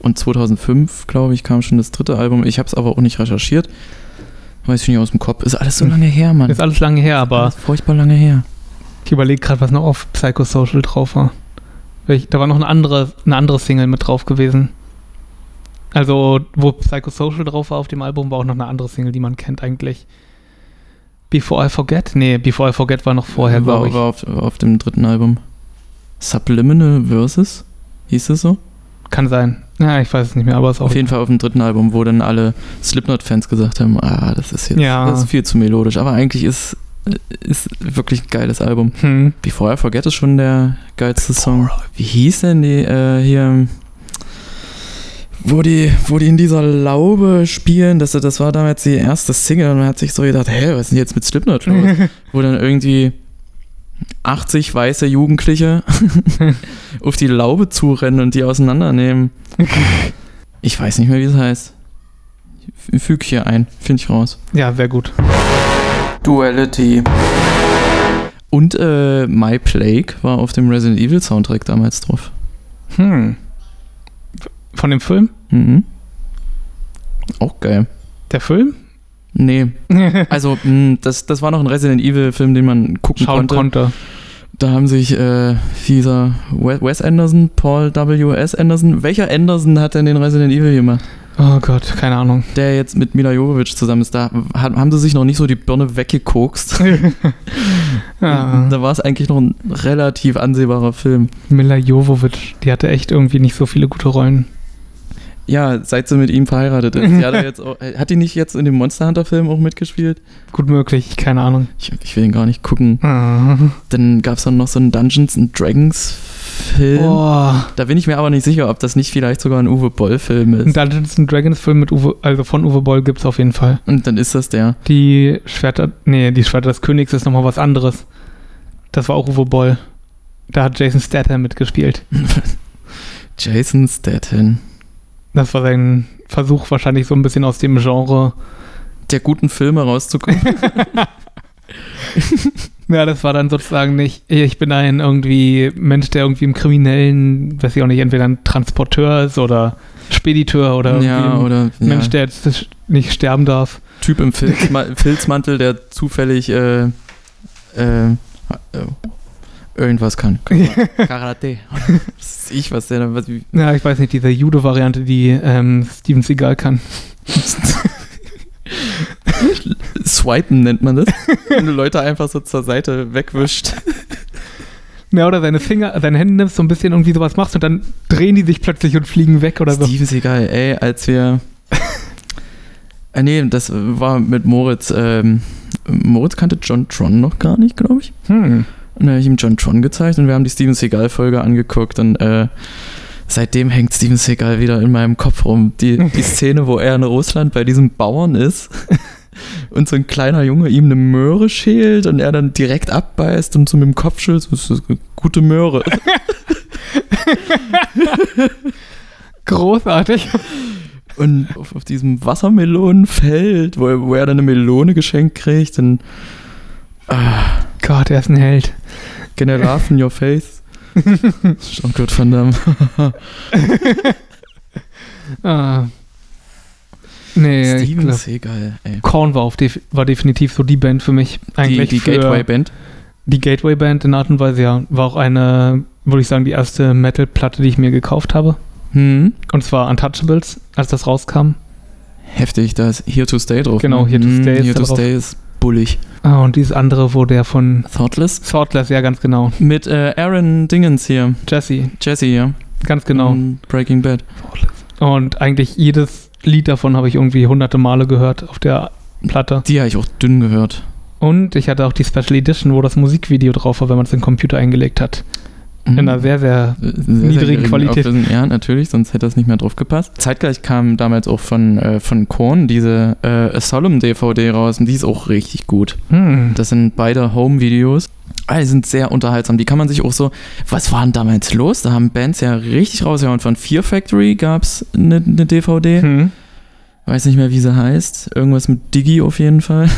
B: Und 2005, glaube ich, kam schon das dritte Album. Ich habe es aber auch nicht recherchiert. Weiß ich nicht aus dem Kopf. Ist alles so lange her, Mann.
A: Hm. Ist alles lange her, aber
B: Alles furchtbar lange her.
A: ich überlege gerade, was noch auf Psychosocial drauf war. Welch- Da war noch eine andere, eine andere Single mit drauf gewesen. Also, wo Psychosocial drauf war auf dem Album, war auch noch eine andere Single, die man kennt eigentlich. Before I Forget? Nee, Before I Forget war noch vorher,
B: war,
A: glaube ich.
B: war auf, war auf dem dritten Album. Subliminal Versus? Hieß es so?
A: Kann sein. Ja, ich weiß es nicht mehr, aber es ist auch.
B: Auf jeden Fall auf dem dritten Album, wo dann alle Slipknot-Fans gesagt haben, ah, das ist jetzt
A: Ja.
B: das ist viel zu melodisch. Aber eigentlich ist, ist wirklich ein geiles Album.
A: Hm.
B: Before I Forget ist schon der geilste Song. Wie hieß denn die äh, hier, wo die, wo die in dieser Laube spielen? Das, das war damals die erste Single und man hat sich so gedacht, hä, was ist denn jetzt mit Slipknot los? wo dann irgendwie 80 weiße Jugendliche auf die Laube zurennen und die auseinandernehmen. Ich weiß nicht mehr, wie es heißt. F- Füg hier ein, finde ich raus.
A: ja, sehr gut.
B: Duality. Und äh, My Plague war auf dem Resident Evil Soundtrack damals drauf.
A: Hm. Von dem Film?
B: Mhm. Auch geil.
A: Der Film?
B: Nee, also mh, das, das war noch ein Resident Evil Film, den man gucken
A: Schauen
B: konnte.
A: konnte.
B: Da haben sich äh, dieser We- Wes Anderson, Paul W. S. Anderson, welcher Anderson hat denn den Resident Evil gemacht?
A: Oh Gott, keine Ahnung.
B: Der jetzt mit Mila Jovovich zusammen ist. Da haben, haben sie sich noch nicht so die Birne weggekokst.
A: ja.
B: Da war es eigentlich noch ein relativ ansehbarer Film.
A: Mila Jovovich, die hatte echt irgendwie nicht so viele gute Rollen.
B: Ja, seit sie mit ihm verheiratet ist. Die hat, er jetzt auch, hat die nicht jetzt in dem Monster Hunter Film auch mitgespielt?
A: Gut möglich, keine Ahnung.
B: Ich, ich will ihn gar nicht gucken.
A: Ah.
B: Dann gab es dann noch so einen Dungeons and Dragons Film.
A: Boah.
B: Da bin ich mir aber nicht sicher, ob das nicht vielleicht sogar ein Uwe Boll-Film
A: Ein
B: ist.
A: Dungeons and Dragons Film mit Uwe, also von Uwe Boll gibt's auf jeden Fall.
B: Und dann ist das der.
A: Die Schwerter, nee, die Schwerter des Königs ist nochmal was anderes. Das war auch Uwe Boll. Da hat Jason Statham mitgespielt.
B: Jason Statham.
A: Das war sein Versuch, wahrscheinlich so ein bisschen aus dem Genre.
B: Der guten Filme rauszukommen.
A: Ja, das war dann sozusagen nicht, ich bin ein irgendwie Mensch, der irgendwie im Kriminellen, weiß ich auch nicht, entweder ein Transporteur ist oder Spediteur oder irgendwie
B: ja,
A: im-
B: oder
A: Mensch,
B: ja.
A: der jetzt nicht sterben darf.
B: Typ im Filzma Filzmantel, der zufällig äh, äh, äh, irgendwas kann. Karate. Was weiß ich, was der da. Was, wie-
A: Ja, ich weiß nicht, diese Judo-Variante, die ähm, Steven Seagal kann.
B: Swipen nennt man das. Wenn du Leute einfach so zur Seite wegwischt.
A: Ja, oder seine Finger, seine Hände nimmst, so ein bisschen irgendwie sowas machst und dann drehen die sich plötzlich und fliegen weg oder so.
B: Steve ist egal, ey, als wir. äh, nee, das war mit Moritz. Ähm, Moritz kannte John Tron noch gar nicht, glaube ich.
A: Hm.
B: Und dann habe ich ihm John Tron gezeigt und wir haben die Steven Seagal-Folge angeguckt und äh, seitdem hängt Steven Seagal wieder in meinem Kopf rum. Die, die Szene, wo er in Russland bei diesem Bauern ist und so ein kleiner Junge ihm eine Möhre schält und er dann direkt abbeißt und so mit dem Kopf schüttelt, das ist eine gute Möhre.
A: Großartig.
B: Und auf, auf diesem Wassermelonenfeld, wo er, wo er dann eine Melone geschenkt kriegt, dann ah,
A: Gott, er ist ein Held.
B: General in your face. Jean-Claude Van Damme.
A: Ah. Nee, ich
B: Steven
A: glaub,
B: Seagal, ey.
A: Korn war, auf def war definitiv so die Band für mich.
B: Die,
A: Eigentlich
B: die
A: für
B: Gateway-Band.
A: Die Gateway Band in Art und Weise, ja. War auch eine, würde ich sagen, die erste Metal-Platte, die ich mir gekauft habe.
B: Hm.
A: Und zwar Untouchables, als das rauskam.
B: Heftig, da ist Here to Stay drauf.
A: Genau,
B: ne?
A: Here to
B: Hm,
A: Stay ist
B: Here
A: da
B: to
A: drauf.
B: Stay ist bullig.
A: Ah, und dieses andere, wo der von
B: Thoughtless.
A: Thoughtless, ja, ganz genau.
B: Mit äh, Aaron Dingens hier.
A: Jesse,
B: Jesse, ja.
A: ganz genau.
B: Mm, Breaking Bad.
A: Und eigentlich jedes Lied davon habe ich irgendwie hunderte Male gehört auf der Platte.
B: Die habe ich auch dünn gehört.
A: Und ich hatte auch die Special Edition, wo das Musikvideo drauf war, wenn man es in den Computer eingelegt hat.
B: Mhm.
A: In einer sehr, sehr.
B: Sehr, sehr
A: niedrigen
B: geringen
A: Qualität.
B: Auflösung. Ja, natürlich, sonst hätte das nicht mehr drauf gepasst. Zeitgleich kam damals auch von, äh, von Korn diese äh, Asylum-DVD raus und die ist auch richtig gut.
A: Hm.
B: Das sind beide Home-Videos. Ah, die sind sehr unterhaltsam. Die kann man sich auch so. Was war denn damals los? Da haben Bands ja richtig rausgehauen. Von Fear Factory gab es eine ne DVD.
A: Hm.
B: Weiß nicht mehr, wie sie heißt. Irgendwas mit Diggy auf jeden Fall.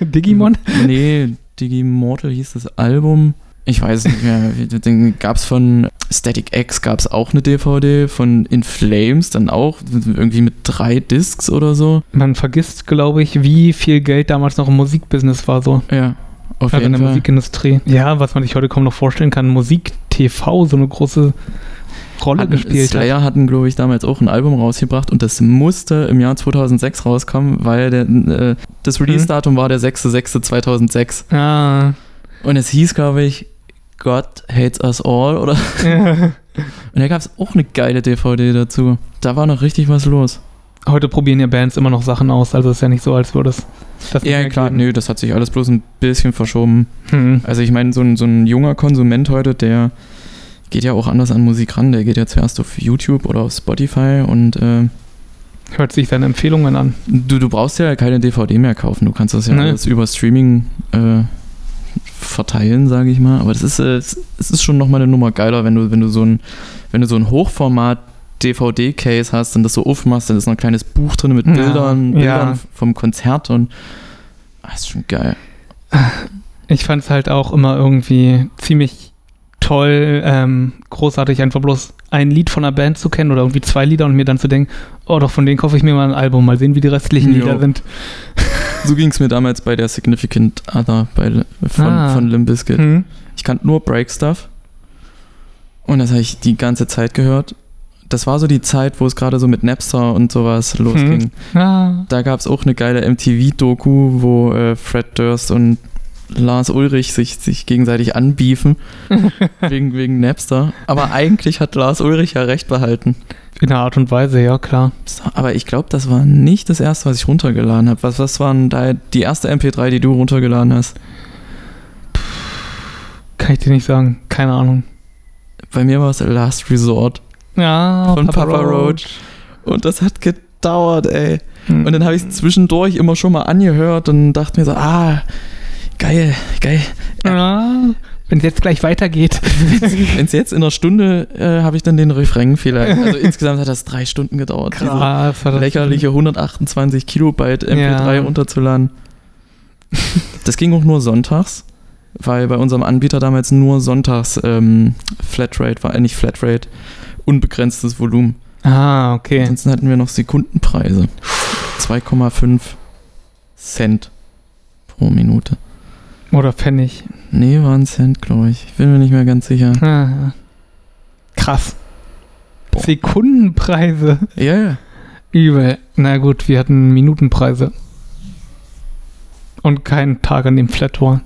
A: Digimon?
B: Nee, Digimortal hieß das Album. Ich weiß nicht mehr. Den gab's von Static X gab's auch eine DVD, von In Flames dann auch, irgendwie mit drei Discs oder so.
A: Man vergisst, glaube ich, wie viel Geld damals noch im Musikbusiness war, so.
B: Ja, auf
A: also in
B: jeden
A: der
B: Fall.
A: Musikindustrie. Ja, was man sich heute kaum noch vorstellen kann, Musik-TV so eine große Rolle
B: hatten,
A: gespielt hat.
B: Slayer hatten, glaube ich, damals auch ein Album rausgebracht und das musste im Jahr 2006 rauskommen, weil der, äh,
A: Mhm.
B: das Release-Datum war der 6.6.2006.
A: Ah.
B: Und es hieß, glaube ich, God Hates Us All oder Und da gab es auch eine geile DVD dazu. Da war noch richtig was los.
A: Heute probieren ja Bands immer noch Sachen aus, also ist ja nicht so, als würde es das nicht mehr geben.
B: Nö, das hat sich alles bloß ein bisschen verschoben.
A: Hm.
B: Also ich meine, so ein, so ein junger Konsument heute, der geht ja auch anders an Musik ran. Der geht ja zuerst auf YouTube oder auf Spotify und äh,
A: Hört sich deine Empfehlungen an.
B: du, du brauchst ja keine DVD mehr kaufen. Du kannst das ja
A: Nee.
B: alles über Streaming äh, verteilen, sage ich mal. Aber das ist, äh, es es ist schon nochmal eine Nummer geiler, wenn du, wenn du so ein, wenn du so ein Hochformat DVD-Case hast und das so aufmachst, dann ist noch ein kleines Buch drin mit
A: Ja,
B: Bildern, Bildern
A: ja.
B: vom Konzert und ah, ist schon geil.
A: Ich fand es halt auch immer irgendwie ziemlich toll, ähm, großartig, einfach bloß ein Lied von einer Band zu kennen oder irgendwie zwei Lieder und mir dann zu denken, oh doch, von denen kaufe ich mir mal ein Album, mal sehen, wie die restlichen
B: Jo.
A: Lieder sind.
B: So ging es mir damals bei der Significant Other bei, Li- von,
A: Ah.
B: von Limp Bizkit.
A: Hm.
B: Ich kannte nur Break Stuff. Und das habe ich die ganze Zeit gehört. Das war so die Zeit, wo es gerade so mit Napster und sowas
A: Mhm.
B: losging.
A: Ah.
B: Da gab es auch eine geile MTV-Doku, wo äh, Fred Durst und Lars Ulrich sich, sich gegenseitig anbiefen wegen, wegen Napster. Aber eigentlich hat Lars Ulrich ja recht behalten.
A: In einer Art und Weise, ja, klar.
B: So, Aber ich glaube, das war nicht das erste, was ich runtergeladen habe. Was, was war denn da die erste MP3, die du runtergeladen hast?
A: Kann ich dir nicht sagen. Keine Ahnung.
B: Bei mir war es Last Resort.
A: Ja,
B: Von Papa Roach. Und das hat gedauert, ey.
A: Hm.
B: Und dann habe ich es zwischendurch immer schon mal angehört und dachte mir so, ah, geil, geil.
A: Ja, Wenn es jetzt gleich weitergeht.
B: Wenn es jetzt in einer Stunde, äh, habe ich dann den Refrain vielleicht. Also insgesamt hat das drei Stunden gedauert,
A: Krass, war
B: diese
A: das-
B: lächerliche 128 Kilobyte MP3
A: Ja.
B: runterzuladen. Das ging auch nur sonntags, weil bei unserem Anbieter damals nur sonntags ähm, Flatrate war, äh, nicht Flatrate, unbegrenztes Volumen.
A: Ah, okay.
B: Ansonsten hatten wir noch Sekundenpreise. 2,5 Cent pro Minute.
A: Oder Pfennig.
B: Nee, war ein Cent, glaube ich. Ich bin mir nicht mehr ganz sicher.
A: Ah. Krass.
B: Hm. Boah.
A: Sekundenpreise.
B: Ja, ja.
A: Übel. Na gut, wir hatten Minutenpreise. Und keinen Tag, an dem Flat war.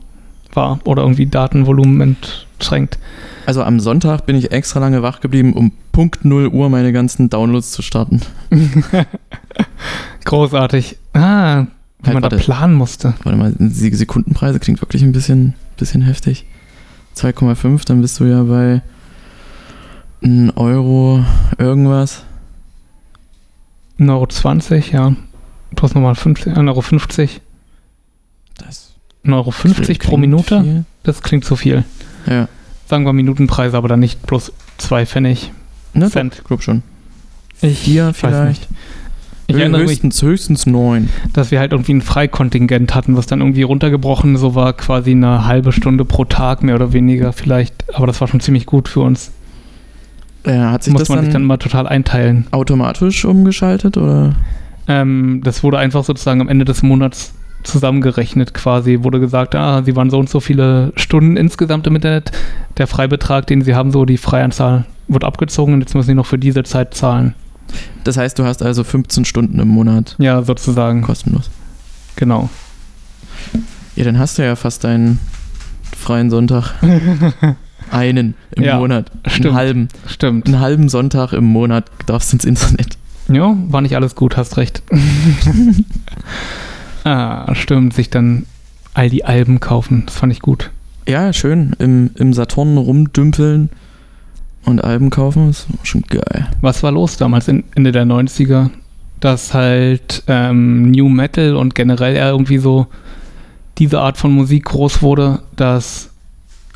A: war. Oder irgendwie Datenvolumen entschränkt.
B: Also am Sonntag bin ich extra lange wach geblieben, um Punkt 0 Uhr meine ganzen Downloads zu starten.
A: Großartig. Ah, wie
B: Halt,
A: man da
B: warte.
A: planen musste.
B: Warte mal, die Sekundenpreise klingt wirklich ein bisschen, bisschen heftig. 2,5, dann bist du ja bei 1 Euro irgendwas.
A: 1,20 Euro, 20, ja. Plus nochmal äh, 50, 1,50 Euro. 50.
B: Das
A: 1,50 Euro 50 pro
B: klingt
A: Minute?
B: viel.
A: Das klingt zu viel.
B: Ja,
A: Sagen wir Minutenpreise, aber dann nicht plus 2 Pfennig.
B: ne,
A: Cent.
B: glaub schon.
A: Ich
B: Vier
A: weiß
B: vielleicht.
A: Ich erinnere mich,
B: höchstens, höchstens neun.
A: dass wir halt irgendwie ein Freikontingent hatten, was dann irgendwie runtergebrochen so war, quasi eine halbe Stunde pro Tag mehr oder weniger vielleicht. Aber das war schon ziemlich gut für uns.
B: Äh, hat sich
A: Muss
B: das
A: man
B: dann,
A: sich dann mal total einteilen.
B: automatisch umgeschaltet oder?
A: Ähm, das wurde einfach sozusagen am Ende des Monats zusammengerechnet quasi, wurde gesagt, ah, sie waren so und so viele Stunden insgesamt im Internet. Der Freibetrag, den sie haben, so die Freianzahl wird abgezogen und jetzt müssen sie noch für diese Zeit zahlen.
B: Das heißt, du hast also 15 Stunden im Monat
A: Ja, sozusagen.
B: kostenlos.
A: Genau.
B: Ja, dann hast du ja fast deinen freien Sonntag. Einen im
A: Ja,
B: Monat.
A: stimmt.
B: Einen halben.
A: Stimmt.
B: Einen halben Sonntag im Monat darfst du ins Internet.
A: Ja, war nicht alles gut, hast recht. ah, stimmt, sich dann all die Alben kaufen, das fand ich gut.
B: Ja, schön. Im, im Saturn rumdümpeln und Alben kaufen ist schon geil.
A: Was war los damals, in, Ende der 90er? Dass halt ähm, New Metal und generell eher irgendwie so diese Art von Musik groß wurde, dass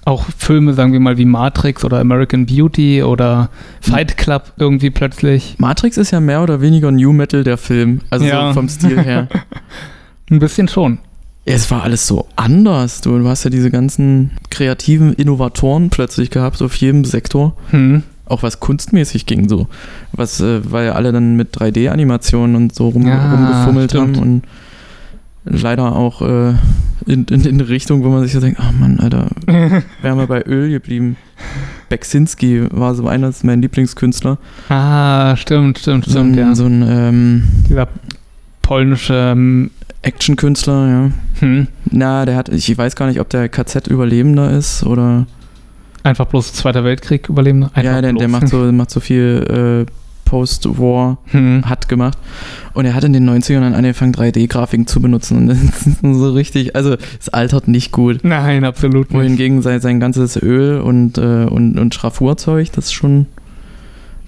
A: auch Filme, sagen wir mal, wie Matrix oder American Beauty oder Fight Club irgendwie plötzlich
B: Matrix ist ja mehr oder weniger New Metal der Film. Also
A: Ja.
B: so vom Stil her.
A: ein bisschen schon.
B: Ja, es war alles so anders. Du, du hast ja diese ganzen kreativen Innovatoren plötzlich gehabt auf jedem Sektor.
A: Hm.
B: Auch was kunstmäßig ging so. Was, äh, weil alle dann mit 3D-Animationen und so rum,
A: Ja,
B: rumgefummelt
A: Ah, stimmt.
B: haben und leider auch äh, in, in, in Richtung, wo man sich so denkt, ach Mann, Alter, wären wir bei Öl geblieben. Beksinski war so einer das ist mein Lieblingskünstler.
A: ah, stimmt, stimmt,
B: So
A: stimmt,
B: ein,
A: ja.
B: so ein ähm,
A: Dieser polnische ähm,
B: Actionkünstler, ja.
A: Hm.
B: Na, der hat, ich weiß gar nicht, ob der KZ-Überlebender ist oder
A: Einfach bloß Zweiter Weltkrieg überleben. ne? Einfach
B: ja, der,
A: bloß.
B: der macht so, macht so viel äh, Post-War,
A: Hm.
B: hat gemacht. Und er hat in den 90ern dann angefangen, 3D-Grafiken zu benutzen. Und das ist so richtig, also es altert nicht gut.
A: Nein, absolut nicht.
B: Wohingegen sein, sein ganzes Öl und, äh, und, und Schraffurzeug, das ist schon,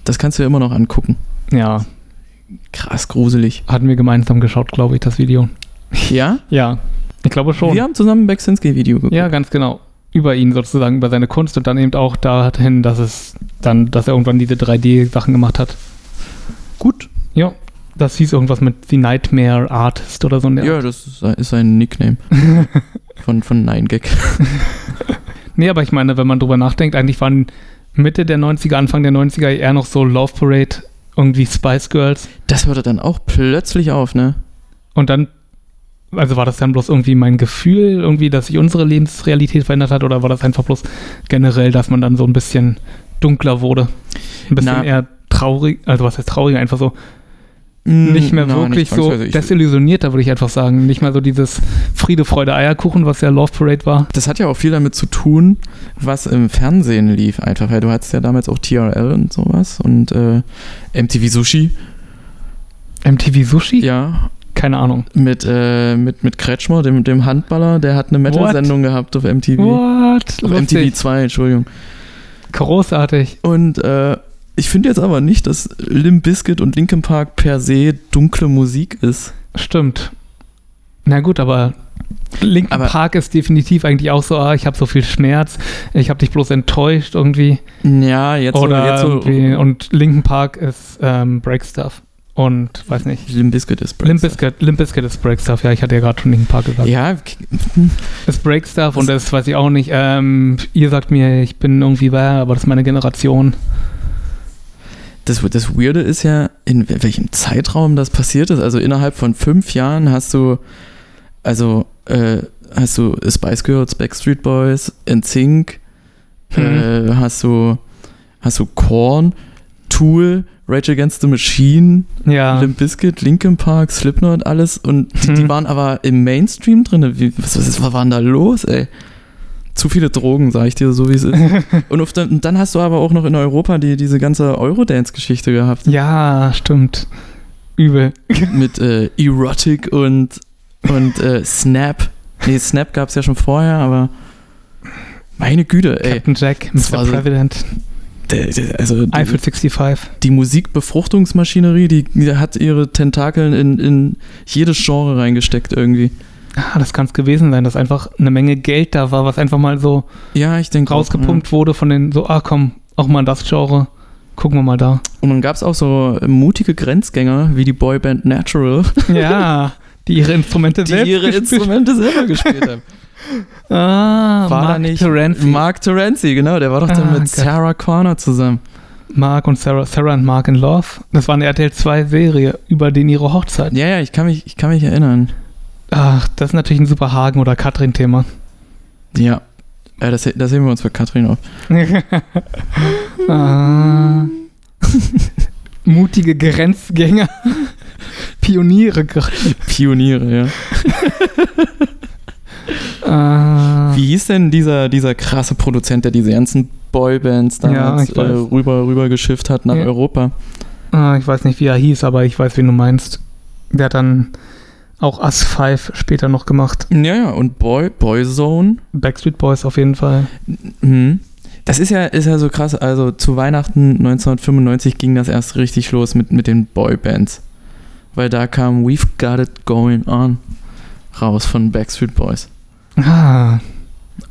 B: das kannst du ja immer noch angucken.
A: Ja,
B: Krass gruselig.
A: hatten wir gemeinsam geschaut, glaube ich, das Video.
B: Ja?
A: Ja, ich glaube schon.
B: Wir haben zusammen ein Beksinski-Video geguckt.
A: Ja, ganz genau. Über ihn sozusagen, über seine Kunst und dann eben auch dahin, dass es dann, dass er irgendwann diese 3D-Sachen gemacht hat.
B: gut.
A: Ja, das hieß irgendwas mit The Nightmare Artist oder so. in
B: Ja,
A: der Art.
B: das ist, ist sein Nickname. von, von Nein Gag.
A: Nee, aber ich meine, wenn man drüber nachdenkt, eigentlich waren Mitte der 90er, Anfang der 90er eher noch so Love Parade, irgendwie Spice Girls.
B: Das hörte dann auch plötzlich auf, ne?
A: Und dann, also war das dann bloß irgendwie mein Gefühl, irgendwie, dass sich unsere Lebensrealität verändert hat, oder war das einfach bloß generell, dass man dann so ein bisschen dunkler wurde? Ein bisschen
B: Na.
A: eher traurig, also was heißt traurig, einfach so nicht mehr
B: Hm, Na,
A: wirklich so
B: zwangsweise. Ich-
A: desillusionierter, würde ich einfach sagen. Nicht mehr so dieses Friede, Freude, Eierkuchen, was ja Love Parade war.
B: Das hat ja auch viel damit zu tun, was im Fernsehen lief, einfach, weil du hattest ja damals auch TRL und sowas und äh, MTV Sushi,
A: MTV Sushi?
B: ja,
A: Keine Ahnung.
B: mit, äh, mit, mit Kretschmer, dem, dem Handballer, der hat eine Metal-Sendung gehabt auf MTV.
A: What?
B: Auf MTV 2, Entschuldigung.
A: Großartig.
B: Und äh, ich finde jetzt aber nicht, dass Limp Bizkit und Linkin Park per se dunkle Musik ist.
A: Stimmt. Na gut, aber Linkin
B: Aber-
A: Park ist definitiv eigentlich auch so, ah, ich habe so viel Schmerz, ich habe dich bloß enttäuscht irgendwie.
B: Ja, jetzt
A: Oder
B: so, jetzt
A: irgendwie,
B: so
A: und Linkin Park ist ähm, Break Stuff und weiß nicht.
B: Limp Bizkit ist
A: Limp Bizkit, Limp Bizkit ist Break Stuff, ja, ich hatte ja gerade schon Linkin Park gesagt.
B: Ja,
A: Ist Break Stuff und das weiß ich auch nicht. Ähm, ihr sagt mir, ich bin irgendwie wahr, aber das ist meine Generation.
B: Das, das Weirde ist ja, in wel- welchem Zeitraum das passiert ist. Also innerhalb von fünf Jahren hast du, also äh, hast du Spice Girls, Backstreet Boys, NSYNC, äh, hast du, hast du Korn, Tool, Rage Against the Machine,
A: Ja,
B: Limp Bizkit, Linkin Park, Slipknot, alles. Und die,
A: Mhm.
B: die waren aber im Mainstream drin. Wie, was, was, ist- was war denn da los, ey? Zu viele Drogen, sag ich dir, so wie es ist. Und, auf, und dann hast du aber auch noch in Europa die, diese ganze Eurodance-Geschichte gehabt.
A: ja, stimmt. Übel.
B: mit äh, Erotic und, und äh, Snap. Nee, Snap gab es ja schon vorher, aber meine Güte, ey.
A: Captain Jack,
B: das
A: Mr.
B: war so-
A: President,
B: D- d- Also die,
A: Eiffel 65.
B: die Musikbefruchtungsmaschinerie, die, die hat ihre Tentakeln in, in jedes Genre reingesteckt irgendwie.
A: Ah, das kann es gewesen sein, dass einfach eine Menge Geld da war, was einfach mal so
B: Ja, ich denke.
A: rausgepumpt wurde von den so, ah komm, auch mal in das Genre. Gucken wir mal da.
B: Und dann gab es auch so mutige Grenzgänger wie die Boyband Natural,
A: Ja, die ihre Instrumente
B: die
A: selbst
B: ihre
A: gespielt-
B: Instrumente selber gespielt haben.
A: Ah,
B: War da
A: Mark
B: nicht
A: Terenzi.
B: Mark Terenzi, genau, der war doch dann
A: Ah,
B: mit
A: Gott.
B: Sarah Connor zusammen.
A: Mark und Sarah, Sarah und Mark in Love. Das war eine RTL 2 Serie über den ihre Hochzeit.
B: Ja, ja, ich kann mich, ich kann mich erinnern.
A: Ach, das ist natürlich ein super Hagen- oder Katrin-Thema.
B: Ja. Ja, das, das sehen wir uns für Katrin auf.
A: ah. Mutige Grenzgänger. Pioniere.
B: Pioniere, ja.
A: Ah.
B: Wie hieß denn dieser, dieser krasse Produzent, der diese ganzen Boybands
A: Ja,
B: damals
A: ich
B: äh,
A: weiß.
B: rüber, rüber geschifft hat nach
A: Ja.
B: Europa?
A: Ah, ich weiß nicht, wie er hieß, aber ich weiß, wen du meinst. Der hat dann auch Us 5 später noch gemacht.
B: Ja, ja, und Boy, Boyzone.
A: Backstreet Boys auf jeden Fall.
B: Mhm. Das ist ja, ist ja so krass. Also zu Weihnachten 1995 ging das erst richtig los mit, mit den Boybands. Weil da kam We've Got It Going On raus von Backstreet Boys.
A: Ah,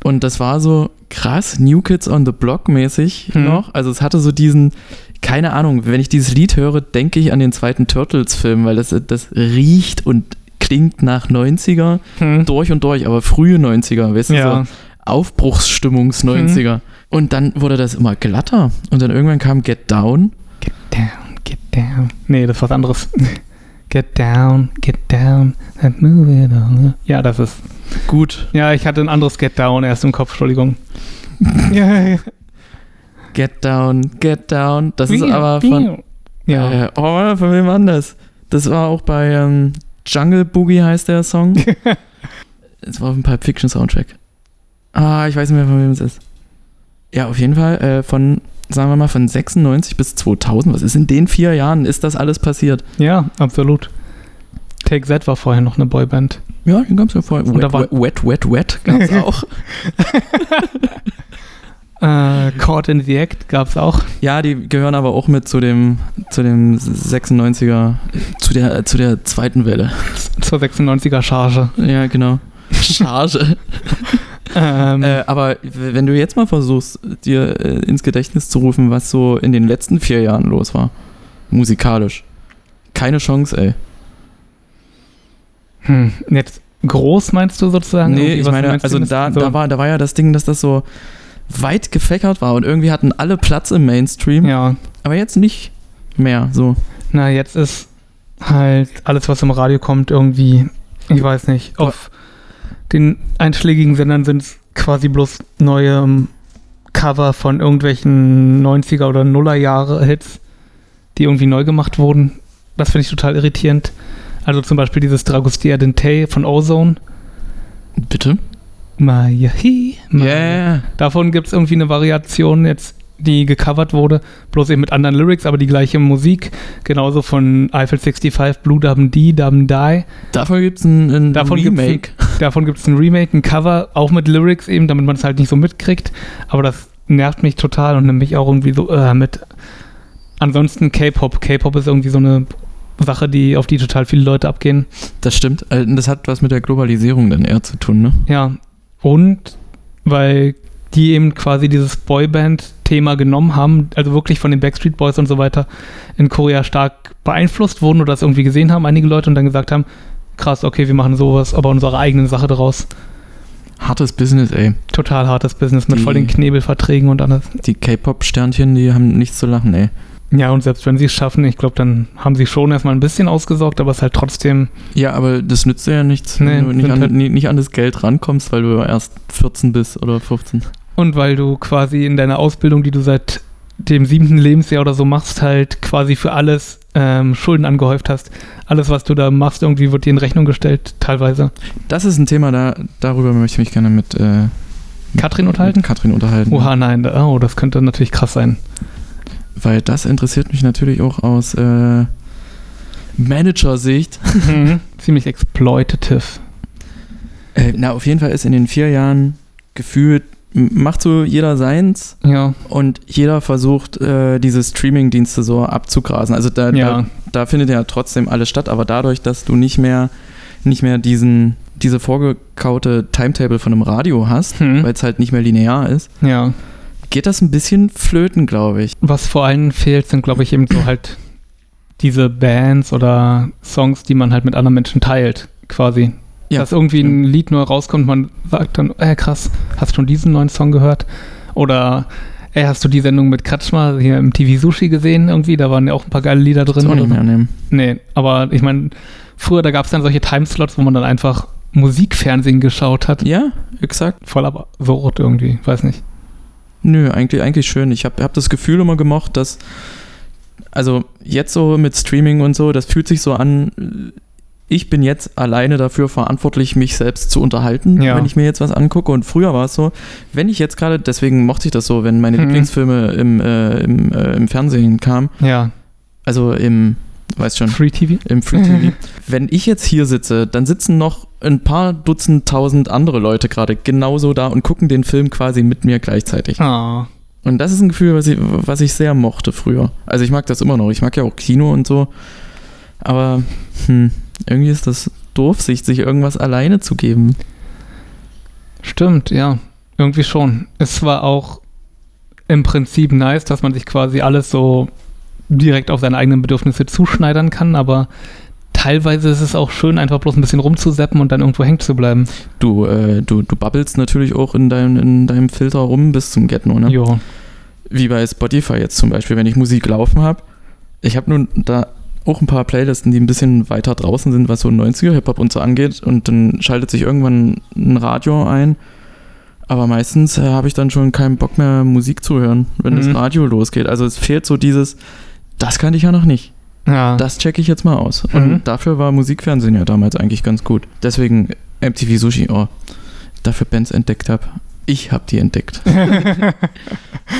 B: Und das war so krass New Kids on the Block mäßig
A: Hm.
B: noch. Also es hatte so diesen, keine Ahnung, wenn ich dieses Lied höre, denke ich an den zweiten Turtles-Film, weil das, das riecht und klingt nach 90er,
A: hm.
B: durch und durch, aber frühe 90er, weißt du, so
A: ja.
B: Aufbruchsstimmungs 90er.
A: Mhm.
B: Und dann wurde das immer glatter. Und dann irgendwann kam Get Down.
A: Get down. Nee, das ist was anderes. Get down, get down and move it on. Ja, das ist.
B: Gut.
A: Ja, ich hatte ein anderes Get down erst im Kopf, Entschuldigung. ja, ja.
B: Get Down, Get Down. Das ist aber von.
A: Ja.
B: Äh, oh, von wem anders? Das war auch bei ähm, Jungle Boogie heißt der Song. Es war auf dem Pulp Fiction Soundtrack. Ah, ich weiß nicht mehr, von wem es ist. Ja, auf jeden Fall äh, von, sagen wir mal, von 96 bis 2000. Was ist in den vier Jahren? Ist das alles passiert?
A: ja, absolut. Take That war vorher noch eine Boyband.
B: Ja, den gab es ja vorher.
A: Und da war-
B: Wet, wet, wet, wet, wet gab es auch.
A: Äh, Caught in the Act gab's auch.
B: Ja, die gehören aber auch mit zu dem, zu dem 96er, zu der, zu der zweiten Welle.
A: Zur 96er Charge.
B: Ja, genau. Charge.
A: Ähm,
B: äh, aber w- wenn du jetzt mal versuchst, dir äh, ins Gedächtnis zu rufen, was so in den letzten vier Jahren los war, musikalisch. Keine Chance, ey.
A: Hm, jetzt groß meinst du sozusagen?
B: Nee,
A: Irgendwie,
B: ich
A: was
B: meine,
A: meinst du
B: also
A: mit-
B: da,
A: so-
B: da, war, da war ja das Ding, dass das so weit gefächert war und irgendwie hatten alle Platz im Mainstream,
A: Ja,
B: aber jetzt nicht mehr so.
A: na, jetzt ist halt alles, was im Radio kommt, irgendwie, ich weiß nicht, auf den einschlägigen Sendern sind es quasi bloß neue ähm, Cover von irgendwelchen 90er- oder Nullerjahre-Hits, die irgendwie neu gemacht wurden. Das finde ich total irritierend. Also zum Beispiel dieses Dragostea Dente von Ozone.
B: Bitte?
A: Mayahi,
B: Ja,
A: Mayahi.
B: ja, ja.
A: Davon gibt es irgendwie eine Variation jetzt, die gecovert wurde, bloß eben mit anderen Lyrics, aber die gleiche Musik. Genauso von Eiffel 65, Blue Dum Dee, Dum Die.
B: Davon gibt es ein, ein
A: Davon gibt's
B: Remake.
A: Davon gibt es ein Remake, ein Cover, auch mit Lyrics eben, damit man es halt nicht so mitkriegt. Aber das nervt mich total und nimmt mich auch irgendwie so äh, mit. Ansonsten K-Pop. K-Pop ist irgendwie so eine Sache, die, auf die total viele Leute abgehen.
B: Das stimmt. Äh, Das hat was mit der Globalisierung dann eher zu tun, ne?
A: Ja, und weil die eben quasi dieses Boyband-Thema genommen haben, also wirklich von den Backstreet Boys und so weiter in Korea stark beeinflusst wurden oder das irgendwie gesehen haben, einige Leute und dann gesagt haben, krass, okay, wir machen sowas, aber unsere eigene Sache daraus.
B: Hartes Business, ey.
A: Total hartes Business mit
B: Die-
A: voll den Knebelverträgen und alles.
B: Die K-Pop-Sternchen, die haben nichts zu lachen, ey.
A: Ja, und selbst wenn sie es schaffen, ich glaube, dann haben sie schon erstmal ein bisschen ausgesorgt, aber es ist halt trotzdem,
B: Ja, aber das nützt dir ja nichts,
A: Nee,
B: wenn du nicht
A: sind
B: an,
A: halt-
B: nie- nicht an das Geld rankommst, weil du ja erst 14 bist oder 15.
A: und weil du quasi in deiner Ausbildung, die du seit dem siebten Lebensjahr oder so machst, halt quasi für alles ähm, Schulden angehäuft hast. Alles, was du da machst, irgendwie wird dir in Rechnung gestellt, teilweise.
B: Das ist ein Thema, da, darüber möchte ich mich gerne mit, äh,
A: Katrin unterhalten?
B: mit Katrin unterhalten.
A: Oha, nein, da, oh, das könnte natürlich krass sein.
B: Weil das interessiert mich natürlich auch aus äh, Manager-Sicht.
A: Ziemlich exploitative.
B: Äh, na, auf jeden Fall ist in den vier Jahren gefühlt, m- macht so jeder seins.
A: Ja,
B: Und jeder versucht, äh, diese Streaming-Dienste so abzugrasen. Also da,
A: ja.
B: da, da findet ja trotzdem alles statt, aber dadurch, dass du nicht mehr, nicht mehr diesen, diese vorgekaute Timetable von einem Radio hast,
A: Hm.
B: weil es halt nicht mehr linear ist,
A: Ja.
B: geht das ein bisschen flöten, glaube ich.
A: Was vor allem fehlt, sind, glaube ich, eben so halt diese Bands oder Songs, die man halt mit anderen Menschen teilt, quasi.
B: Ja,
A: Dass irgendwie ein Lied neu rauskommt, man sagt dann, ey krass, hast du schon diesen neuen Song gehört? Oder ey, hast du die Sendung mit Kratschmer hier im TV Sushi gesehen irgendwie? Da waren ja auch ein paar geile Lieder drin.
B: Kannst du auch
A: oder
B: nicht
A: so.
B: mehr nehmen.
A: Nee, aber ich meine, früher, da gab es dann solche Timeslots, wo man dann einfach Musikfernsehen geschaut hat.
B: Ja, exakt.
A: Voll absurd irgendwie, weiß nicht.
B: Nö, eigentlich, eigentlich schön. Ich habe hab das Gefühl immer gemocht, dass, also jetzt so mit Streaming und so, das fühlt sich so an, ich bin jetzt alleine dafür verantwortlich, mich selbst zu unterhalten,
A: Ja.
B: wenn ich mir jetzt was angucke. Und früher war es so, wenn ich jetzt gerade, deswegen mochte ich das so, wenn meine
A: Mhm.
B: Lieblingsfilme im, äh, im, äh, im Fernsehen kamen,
A: Ja,
B: also im, weiß schon,
A: Free TV.
B: im Free
A: Mhm.
B: TV. Wenn ich jetzt hier sitze, dann sitzen noch ein paar Dutzend, Tausend andere Leute gerade genauso da und gucken den Film quasi mit mir gleichzeitig.
A: Ah,
B: Und das ist ein Gefühl, was ich, was ich sehr mochte früher. Also ich mag das immer noch. Ich mag ja auch Kino und so. Aber hm, irgendwie ist das doof, sich, sich irgendwas alleine zu geben.
A: stimmt, ja. Irgendwie schon. Es war auch im Prinzip nice, dass man sich quasi alles so direkt auf seine eigenen Bedürfnisse zuschneidern kann, aber teilweise ist es auch schön, einfach bloß ein bisschen rumzuseppen und dann irgendwo hängen zu bleiben.
B: Du, äh, du, du babbelst natürlich auch in, dein, in deinem Filter rum bis zum Get-No, ne?
A: Jo.
B: wie bei Spotify jetzt zum Beispiel, wenn ich Musik laufen habe. Ich habe nun da auch ein paar Playlisten, die ein bisschen weiter draußen sind, was so 90er Hip-Hop und so angeht. Und dann schaltet sich irgendwann ein Radio ein. Aber meistens äh, habe ich dann schon keinen Bock mehr, Musik zu hören, wenn
A: Mhm.
B: das Radio losgeht. Also es fehlt so dieses, das kannte ich ja noch nicht.
A: Ja.
B: Das checke ich jetzt mal aus. Und
A: Mhm.
B: dafür war Musikfernsehen ja damals eigentlich ganz gut. Deswegen MTV Sushi, oh, dafür Bands entdeckt habe. Ich habe die entdeckt.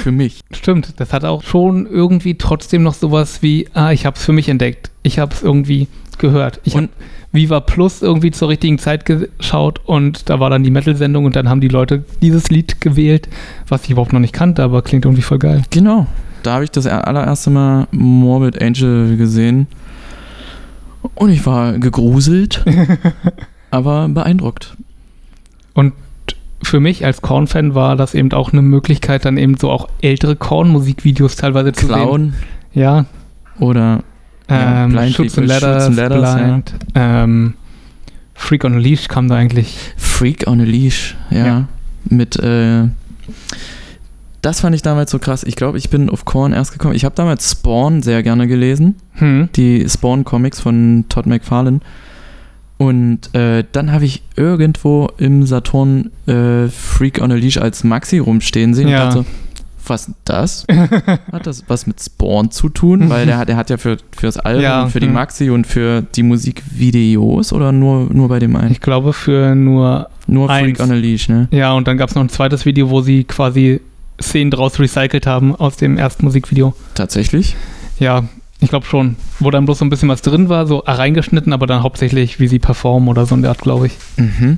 B: Für mich.
A: Stimmt, das hat auch schon irgendwie trotzdem noch sowas wie, ah, ich hab's für mich entdeckt. Ich hab's irgendwie gehört. Ich hab
B: Und-
A: Viva Plus irgendwie zur richtigen Zeit geschaut und da war dann die Metal-Sendung und dann haben die Leute dieses Lied gewählt, was ich überhaupt noch nicht kannte, aber klingt irgendwie voll geil.
B: Genau. Da habe ich das allererste Mal Morbid Angel gesehen. Und ich war gegruselt, aber beeindruckt.
A: Für mich als Korn-Fan war das eben auch eine Möglichkeit, dann eben so auch ältere Korn-Musikvideos teilweise zu sehen.
B: Clown
A: Ja,
B: oder Ja,
A: ähm,
B: Blind
A: Schutz und
B: Eagle,
A: Ladders,
B: Schutz and Ladders, ja.
A: Blind, ähm, Freak on a Leash kam da eigentlich
B: Freak on a Leash, ja.
A: Ja.
B: Mit, äh, das fand ich damals so krass. Ich glaube, ich bin auf Korn erst gekommen. Ich habe damals Spawn sehr gerne gelesen.
A: hm,
B: die Spawn-Comics von Todd McFarlane. Und äh, dann habe ich irgendwo im Saturn äh, Freak on a Leash als Maxi rumstehen sehen
A: Ja.
B: und dachte, was ist das? Hat das was mit Spawn zu tun? Weil der hat, der hat ja für, für das Album,
A: Ja,
B: und für die
A: hm.
B: Maxi und für die Musikvideos oder nur, nur bei dem einen?
A: ich glaube für nur
B: Nur
A: eins.
B: Freak on a Leash, ne?
A: Ja, und dann gab es noch ein zweites Video, wo sie quasi Szenen draus recycelt haben aus dem ersten Musikvideo.
B: Tatsächlich?
A: Ja, ich glaube schon. Wo dann bloß so ein bisschen was drin war, so reingeschnitten, aber dann hauptsächlich, wie sie performen oder so in der Art, glaube ich.
B: Mhm.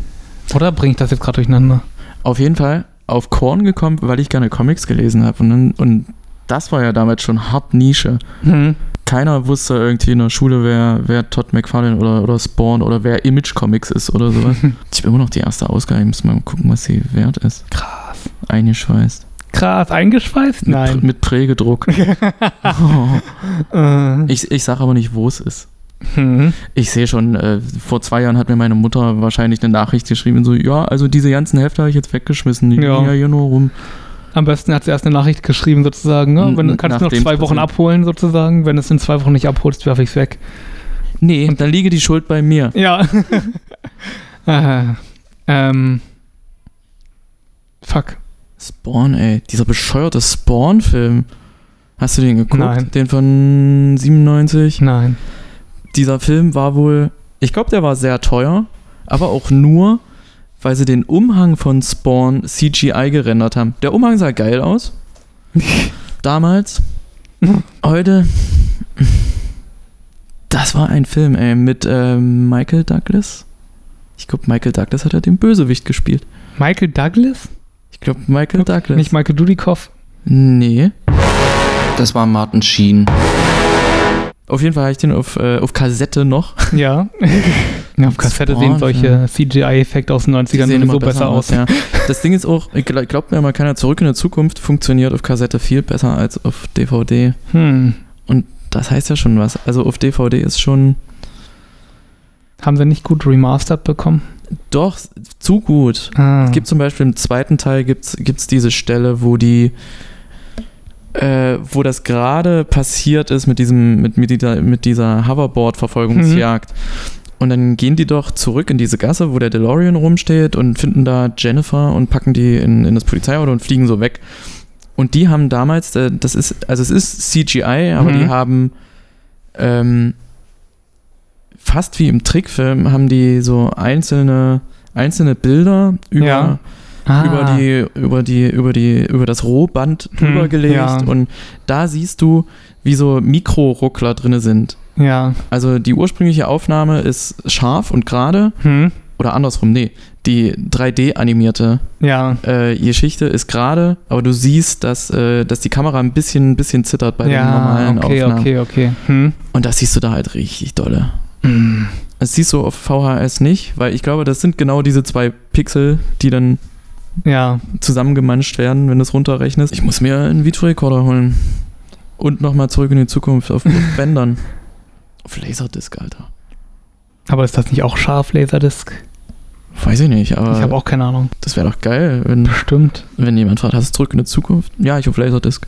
A: Oder bringe ich das jetzt gerade durcheinander?
B: Auf jeden Fall auf Korn gekommen, weil ich gerne Comics gelesen habe. Und, dann- und das war ja damals schon hart Nische. Mhm.
A: Hm.
B: keiner wusste irgendwie in der Schule, wer, wer Todd McFarlane oder, oder Spawn oder wer Image Comics ist oder sowas. ich habe immer noch die erste Ausgabe, ich muss mal gucken, was sie wert ist.
A: Krass.
B: Eingeschweißt.
A: Krass, eingeschweißt?
B: Mit, Prä-
A: Nein.
B: Mit Prägedruck. oh.
A: Äh,
B: Ich, ich sage aber nicht, wo es ist.
A: hm.
B: Ich sehe schon, äh, vor zwei Jahren hat mir meine Mutter wahrscheinlich eine Nachricht geschrieben, so, ja, also diese ganzen Hefte habe ich jetzt weggeschmissen, die
A: Ja.
B: liegen ja hier nur rum.
A: Am besten hat sie erst eine Nachricht geschrieben, sozusagen. Ne?
B: N-
A: Wenn, kannst du noch
B: nachdem's
A: zwei Wochen
B: passiert.
A: abholen, sozusagen. Wenn du es in zwei Wochen nicht abholst, werfe ich es weg.
B: Nee, dann liege die Schuld bei mir.
A: Ja. äh, ähm. Fuck.
B: Spawn, ey, dieser bescheuerte Spawn-Film. Hast du den geguckt?
A: Nein.
B: Den von 97?
A: Nein.
B: dieser Film war wohl, ich glaube, der war sehr teuer, aber auch nur, weil sie den Umhang von Spawn CGI gerendert haben. Der Umhang sah geil aus. Damals. Heute. Das war ein Film, ey, mit ähm, Michael Douglas. Ich glaube, Michael Douglas hat ja den Bösewicht gespielt.
A: Michael Douglas?
B: Ich glaube, Michael Douglas.
A: Nicht Michael Dudikoff?
B: Nee. Das war Martin Sheen. Auf jeden Fall habe ich den auf, äh, auf Kassette noch.
A: Ja. Ja, auf Kassette sehen solche CGI-Effekte aus den 90ern sowieso besser aus.
B: Ja. Das Ding ist auch, gl- glaubt mir mal keiner, zurück in der Zukunft funktioniert auf Kassette viel besser als auf DVD.
A: Hm.
B: Das heißt ja schon was. Also auf DVD ist schon
A: Haben sie nicht gut remastert bekommen?
B: doch zu gut.
A: Ah.
B: Es gibt zum Beispiel im zweiten Teil gibt's, gibt's diese Stelle, wo die äh, wo das gerade passiert ist mit diesem, mit, mit dieser, mit dieser
A: Mhm.
B: Hoverboard-Verfolgungsjagd. Und dann gehen die doch zurück in diese Gasse, wo der DeLorean rumsteht und finden da Jennifer und packen die in, in das Polizeiauto und fliegen so weg. Und die haben damals, äh, das ist, also es ist CGI, aber
A: Mhm.
B: die haben ähm, fast wie im Trickfilm, haben die so einzelne, einzelne Bilder über
A: Ja. Ah.
B: über die über die über die über das Rohband
A: Hm,
B: drüber gelegt
A: ja.
B: und da siehst du wie so Mikroruckler drinne sind.
A: Ja.
B: Also die ursprüngliche Aufnahme ist scharf und gerade
A: Hm.
B: oder andersrum, nee, die 3D animierte
A: Ja.
B: äh, Geschichte ist gerade, aber du siehst, dass äh, dass die Kamera ein bisschen ein bisschen zittert bei den
A: ja.
B: normalen
A: Okay,
B: Aufnahmen
A: okay, okay. Hm.
B: und das siehst du da halt richtig dolle.
A: Hm.
B: Das siehst du auf VHS nicht, weil ich glaube, das sind genau diese zwei Pixel, die dann
A: Ja.
B: zusammengemanscht werden, wenn du es runterrechnest. Ich muss mir einen Videorekorder holen. Und nochmal zurück in die Zukunft auf Bändern. Auf Laserdisc, Alter.
A: Aber ist das nicht auch scharf, Laserdisc?
B: Weiß ich nicht, aber
A: Ich habe auch keine Ahnung.
B: das wäre doch geil, wenn,
A: Bestimmt.
B: wenn jemand fragt, hast du zurück in die Zukunft? Ja, ich auf Laserdisc.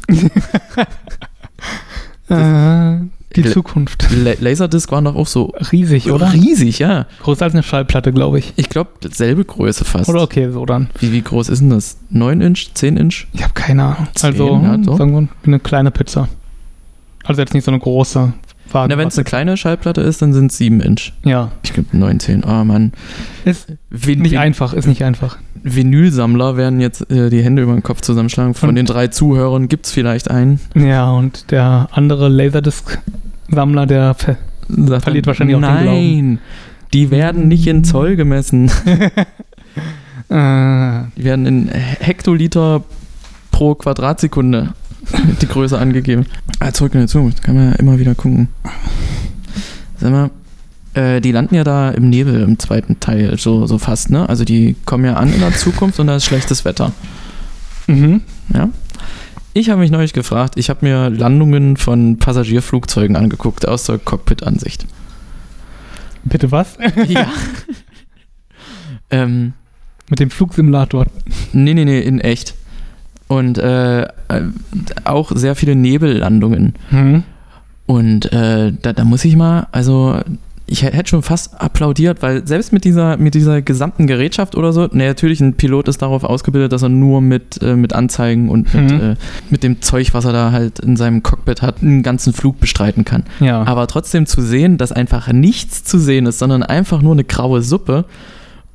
A: Äh, die
B: La-
A: Zukunft.
B: La Laserdisc waren doch auch so
A: Riesig, oder?
B: Äh, riesig, ja.
A: Größer als eine Schallplatte, glaube ich.
B: Ich glaube, selbe Größe fast.
A: Oder okay, so dann.
B: Wie, wie groß ist denn das? 9 Inch? 10 Inch?
A: Ich habe keine Ahnung.
B: Zehn,
A: Also,
B: ja, doch.
A: sagen wir eine kleine Pizza. Also jetzt nicht so eine große. Wagen
B: Na, wenn es eine kleine Schallplatte ist, dann sind es 7 Inch.
A: ja.
B: Ich glaube 19. Ah, Mann.
A: Ist
B: Wen,
A: nicht
B: wen-
A: einfach, ist nicht einfach.
B: Vinylsammler werden jetzt äh, die Hände über den Kopf zusammenschlagen. Von
A: Und-
B: den drei Zuhörern gibt es vielleicht einen.
A: Ja, und der andere Laserdisc-Sammler, der ver-
B: Sagt
A: Verliert
B: dann,
A: wahrscheinlich auch den
B: Nein, die werden nicht in Zoll gemessen.
A: äh,
B: Die werden in Hektoliter pro Quadratsekunde die Größe angegeben. Ah, zurück in die Zukunft, kann man ja immer wieder gucken. Sag mal, äh, die landen ja da im Nebel im zweiten Teil, so, so fast, ne? Also die kommen ja an in der Zukunft und da ist schlechtes Wetter.
A: mhm.
B: Ich habe mich neulich gefragt, ich habe mir Landungen von Passagierflugzeugen angeguckt aus der Cockpit-Ansicht.
A: Bitte was?
B: ja. ähm,
A: Mit dem Flugsimulator.
B: nee, nee, nee, in echt. Und äh, äh, auch sehr viele Nebellandungen.
A: Hm.
B: Und äh, da, da muss ich mal, also ich hä- hätte schon fast applaudiert, weil selbst mit dieser, mit dieser gesamten Gerätschaft oder so, nee, natürlich, ein Pilot ist darauf ausgebildet, dass er nur mit, äh, mit Anzeigen und mit,
A: Mhm.
B: äh, mit dem Zeug, was er da halt in seinem Cockpit hat, einen ganzen Flug bestreiten kann.
A: Ja.
B: Aber trotzdem zu sehen, dass einfach nichts zu sehen ist, sondern einfach nur eine graue Suppe.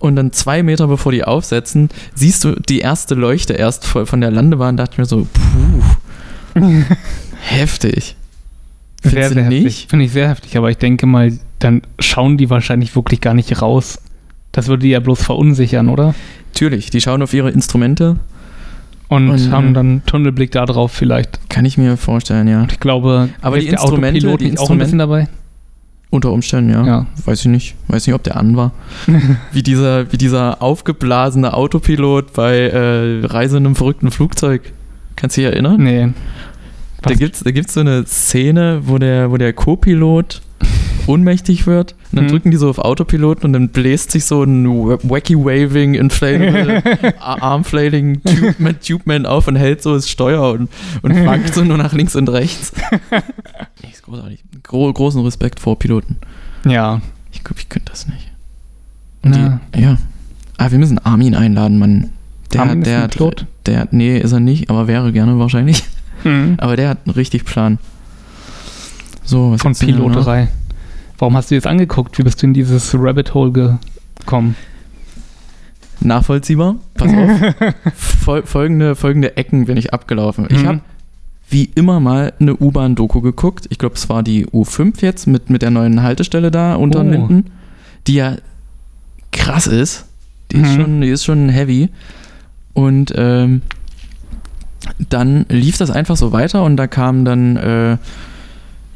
B: Und dann zwei Meter bevor die aufsetzen, siehst du die erste Leuchte erst voll von der Landebahn. Dachte ich mir so, puh, heftig.
A: sehr,
B: Findest du
A: sehr heftig.
B: nicht?
A: Finde ich sehr heftig, aber ich denke mal, dann schauen die wahrscheinlich wirklich gar nicht raus. Das würde die ja bloß verunsichern, oder?
B: Natürlich, die schauen auf ihre Instrumente.
A: Und,
B: Und,
A: haben
B: äh,
A: dann Tunnelblick da drauf vielleicht.
B: Kann ich mir vorstellen, ja.
A: Und ich glaube,
B: Aber
A: hilft
B: die Instrumente,
A: Autopilot
B: die
A: nicht auch ein bisschen dabei?
B: Unter Umständen, ja.
A: Ja.
B: Weiß ich nicht. Weiß nicht, ob der an war. wie, dieser, wie dieser aufgeblasene Autopilot bei äh, Reise in einem verrückten Flugzeug. Kannst du dich erinnern?
A: Nee.
B: Da
A: Was?
B: gibt's, da gibt's so eine Szene, wo der, wo der Co-Pilot ohnmächtig wird und dann
A: Mhm.
B: drücken die so auf Autopiloten und dann bläst sich so ein wa- wacky waving inflatable a- armflailing Tube Man, Tube Man auf und hält so das Steuer und, und wankt so nur nach links und rechts. Nee, ist großartig. Gro großen Respekt vor Piloten.
A: Ja.
B: Ich glaube, ich könnte das nicht. Und
A: Na,
B: Die, ja. Ah, wir müssen Armin einladen, Mann. Der,
A: Armin ist
B: der,
A: ein Pilot?
B: der, nee, ist er nicht, aber wäre gerne wahrscheinlich.
A: hm.
B: Aber der hat einen richtig Plan. So, was
A: Von
B: gibt's denn da noch?
A: Piloterei. Warum hast du dir das angeguckt? Wie bist du in dieses Rabbit Hole gekommen?
B: Nachvollziehbar. Pass auf. Fol folgende, folgende Ecken bin ich abgelaufen. Ich
A: Mhm.
B: habe wie immer mal eine U-Bahn-Doku geguckt. Ich glaube, es war die U5 jetzt mit, mit der neuen Haltestelle da unter
A: Oh.
B: Linden, die ja krass ist. Die, ist,
A: Mhm.
B: schon, die ist schon heavy. Und ähm, dann lief das einfach so weiter und da kamen dann äh,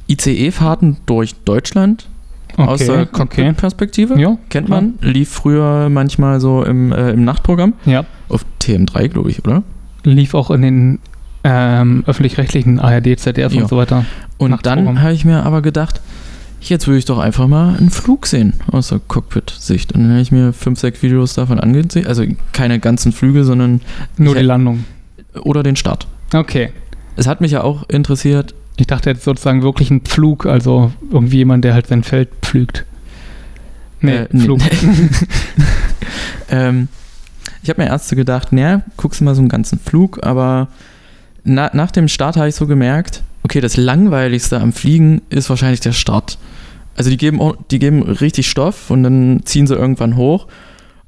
B: ICE-Fahrten durch Deutschland
A: Okay,
B: aus der
A: okay.
B: Cockpit-Perspektive.
A: Ja,
B: Kennt man. Lief früher manchmal so im, äh, im Nachtprogramm.
A: Ja.
B: Auf TM3, glaube ich, oder?
A: Lief auch in den ähm, öffentlich-rechtlichen ARD, ZDF
B: Ja.
A: und so weiter.
B: Und
A: Nachtprogramm.
B: dann habe ich mir aber gedacht, jetzt würde ich doch einfach mal einen Flug sehen aus der Cockpit-Sicht. Und dann habe ich mir fünf, sechs Videos davon angesehen. Also keine ganzen Flüge, sondern
A: Nur
B: Ich-
A: die Landung.
B: oder den Start.
A: Okay.
B: Es hat mich ja auch interessiert,
A: Ich dachte jetzt sozusagen wirklich ein Pflug, also irgendwie jemand, der halt sein Feld pflügt. Nee,
B: Äh, nee.
A: Pflug.
B: ähm, ich habe mir erst so gedacht, naja, guckst du mal so einen ganzen Flug, aber na, nach dem Start habe ich so gemerkt, okay, das Langweiligste am Fliegen ist wahrscheinlich der Start. Also die geben, auch- die geben richtig Stoff und dann ziehen sie irgendwann hoch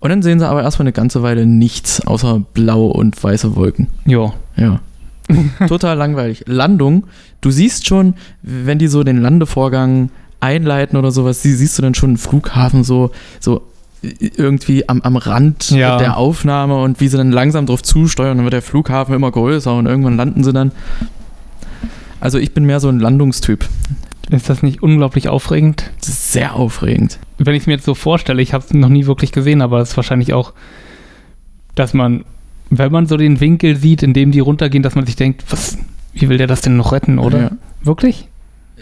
B: und dann sehen sie aber erstmal eine ganze Weile nichts außer blaue und weiße Wolken.
A: Jo.
B: Ja. Total langweilig. Landung, du siehst schon, wenn die so den Landevorgang einleiten oder sowas, sie- siehst du dann schon einen Flughafen so, so irgendwie am, am Rand
A: Ja.
B: der Aufnahme und wie sie dann langsam drauf zusteuern, dann wird der Flughafen immer größer und irgendwann landen sie dann. Also ich bin mehr so ein Landungstyp.
A: Ist das nicht unglaublich aufregend?
B: Das ist sehr aufregend.
A: Wenn ich es mir jetzt so vorstelle, ich habe es noch nie wirklich gesehen, aber es ist wahrscheinlich auch, dass man, wenn man so den Winkel sieht, in dem die runtergehen, dass man sich denkt, was, wie will der das denn noch retten, oder? Wirklich?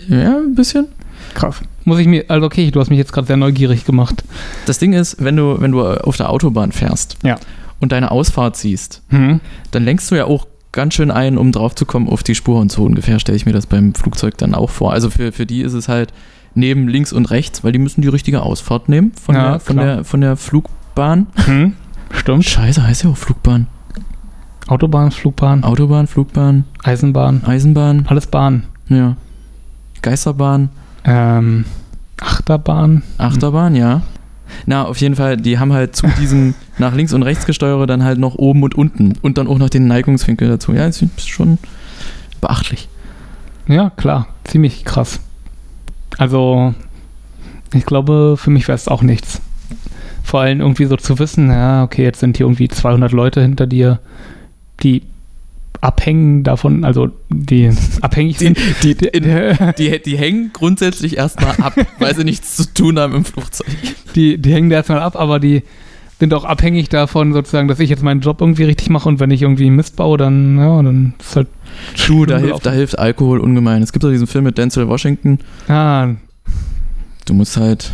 B: Ja, ja ein bisschen.
A: Krass. Muss ich mir, also okay, du hast mich jetzt gerade sehr neugierig gemacht.
B: Das Ding ist, wenn du, wenn du auf der Autobahn fährst
A: Ja.
B: und deine Ausfahrt siehst,
A: Hm?
B: dann lenkst du ja auch ganz schön ein, um draufzukommen auf die Spur und so ungefähr stelle ich mir das beim Flugzeug dann auch vor. Also für, für die ist es halt neben links und rechts, weil die müssen die richtige Ausfahrt nehmen von,
A: Ja,
B: der, von,
A: klar.
B: der, von der Flugbahn.
A: Hm? Stimmt.
B: Scheiße, heißt ja auch Flugbahn.
A: Autobahn, Flugbahn,
B: Autobahn, Flugbahn,
A: Eisenbahn,
B: Eisenbahn,
A: alles Bahn.
B: ja. Geisterbahn,
A: Ähm, Achterbahn.
B: Achterbahn, ja. Na, auf jeden Fall, die haben halt zu diesem nach links und rechts gesteuere dann halt noch oben und unten und dann auch noch den Neigungswinkel dazu. Ja, das ist schon beachtlich.
A: Ja, klar. Ziemlich krass. Also, ich glaube, für mich wäre es auch nichts. Vor allem irgendwie so zu wissen, ja, okay, jetzt sind hier irgendwie 200 Leute hinter dir, die abhängen davon, also die abhängig sind.
B: die, Die, die hängen grundsätzlich erstmal ab, weil sie nichts zu tun haben im Flugzeug.
A: die, die hängen da erstmal ab, aber die sind auch abhängig davon, sozusagen, dass ich jetzt meinen Job irgendwie richtig mache und wenn ich irgendwie Mist baue, dann, ja, dann ist halt
B: True, da hilft, da hilft Alkohol ungemein. Es gibt ja diesen Film mit Denzel Washington.
A: Ah,
B: Du musst halt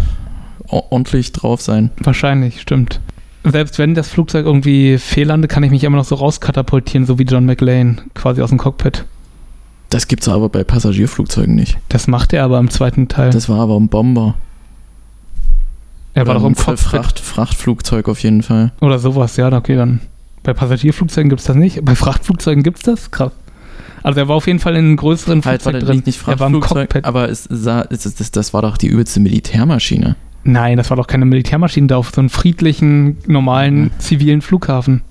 B: o- ordentlich drauf sein.
A: wahrscheinlich, stimmt. Selbst wenn das Flugzeug irgendwie fehlande, kann ich mich immer noch so rauskatapultieren, so wie John McLean, quasi aus dem Cockpit.
B: Das gibt's aber bei Passagierflugzeugen nicht.
A: Das macht er aber im zweiten Teil.
B: Das war aber ein Bomber.
A: er war
B: Oder
A: doch im
B: ein Fra-
A: Cockpit
B: Fracht, Frachtflugzeug auf jeden Fall.
A: oder sowas, ja, okay, dann. Bei Passagierflugzeugen gibt es das nicht, bei Frachtflugzeugen gibt es das? Krass. Also er war auf jeden Fall in einem größeren
B: Halt, war
A: Flugzeug
B: das
A: drin.
B: nicht, nicht
A: er war im
B: Frachtflugzeug,
A: Cockpit.
B: aber es sah, es, es, das, das war doch die übelste Militärmaschine.
A: Nein, das war doch keine Militärmaschine da auf so einem friedlichen, normalen,
B: Mhm.
A: zivilen Flughafen.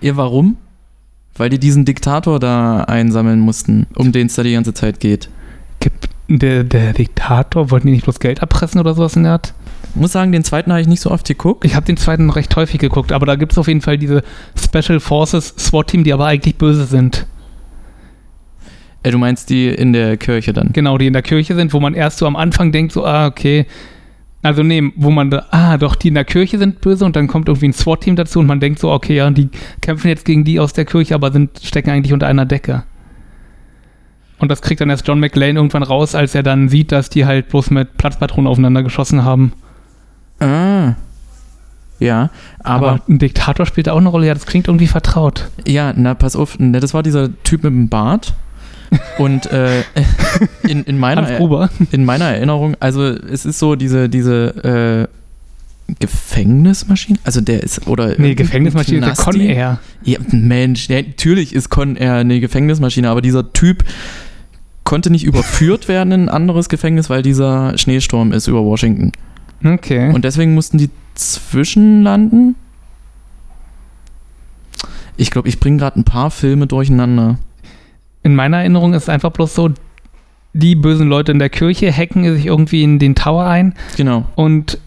B: Ihr warum? Weil die diesen Diktator da einsammeln mussten, um den es da die ganze Zeit geht.
A: Der, der Diktator, wollten die nicht bloß Geld erpressen oder sowas in der Art?
B: muss sagen, den zweiten habe ich nicht so oft geguckt.
A: Ich habe den zweiten recht häufig geguckt, aber da gibt es auf jeden Fall diese Special Forces SWAT-Team, die aber eigentlich böse sind.
B: Äh, du meinst die in der Kirche dann?
A: Genau, die in der Kirche sind, wo man erst so am Anfang denkt, so, ah, okay. Also nee, wo man, da, ah, doch, die in der Kirche sind böse und dann kommt irgendwie ein SWAT-Team dazu und man denkt so, okay, ja, die kämpfen jetzt gegen die aus der Kirche, aber sind, stecken eigentlich unter einer Decke. Und das kriegt dann erst John McLean irgendwann raus, als er dann sieht, dass die halt bloß mit Platzpatronen aufeinander geschossen haben.
B: Ah. Ja, aber,
A: ein Diktator spielt da auch eine Rolle, ja, das klingt irgendwie vertraut.
B: ja, na pass auf, ne, das war dieser Typ mit dem Bart. Und äh, in, in, meiner,
A: Hans Gruber.
B: in meiner Erinnerung, also es ist so diese, diese äh, Gefängnismaschine, also der ist, oder...
A: Nee, Gefängnismaschine ist der
B: Knasti?
A: Con Air.
B: Ja, Mensch, ja, natürlich ist Con Air eine Gefängnismaschine, aber dieser Typ konnte nicht überführt werden in ein anderes Gefängnis, weil dieser Schneesturm ist über Washington.
A: Okay.
B: Und deswegen mussten die zwischenlanden. Ich glaube, ich bringe gerade ein paar Filme durcheinander.
A: In meiner Erinnerung ist es einfach bloß so, die bösen Leute in der Kirche hacken sich irgendwie in den Tower ein
B: Genau.
A: und